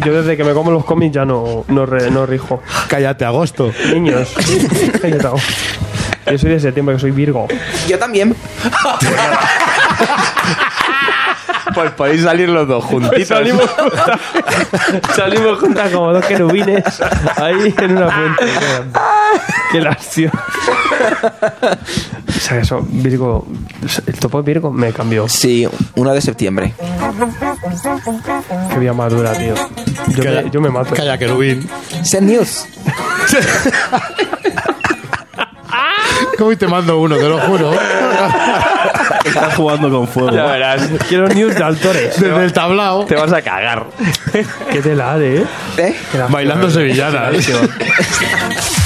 Speaker 4: Yo desde que me como los cómics ya no, no, re- no rijo.
Speaker 3: Cállate, agosto.
Speaker 4: Niños. Ahí está. Yo soy de septiembre, que soy Virgo.
Speaker 2: Yo también.
Speaker 5: Pues podéis salir los dos juntitos.
Speaker 4: Pues salimos juntas. salimos juntas como dos querubines ahí en una fuente. Qué lástima. O sea, eso, Virgo. El topo de Virgo me cambió.
Speaker 2: Sí, 1 de septiembre.
Speaker 4: Qué vida más dura, tío. Yo, me, yo me mato.
Speaker 3: Calla, querubín.
Speaker 2: Send nudes.
Speaker 3: ¿Cómo y te mando uno? Te lo juro.
Speaker 1: Estás jugando con fuego.
Speaker 5: Ya verás.
Speaker 4: Quiero news de Altores.
Speaker 3: Desde el tablao,
Speaker 5: Te vas a cagar.
Speaker 4: Qué tela, eh.
Speaker 2: ¿Eh?
Speaker 3: bailando sevillanas.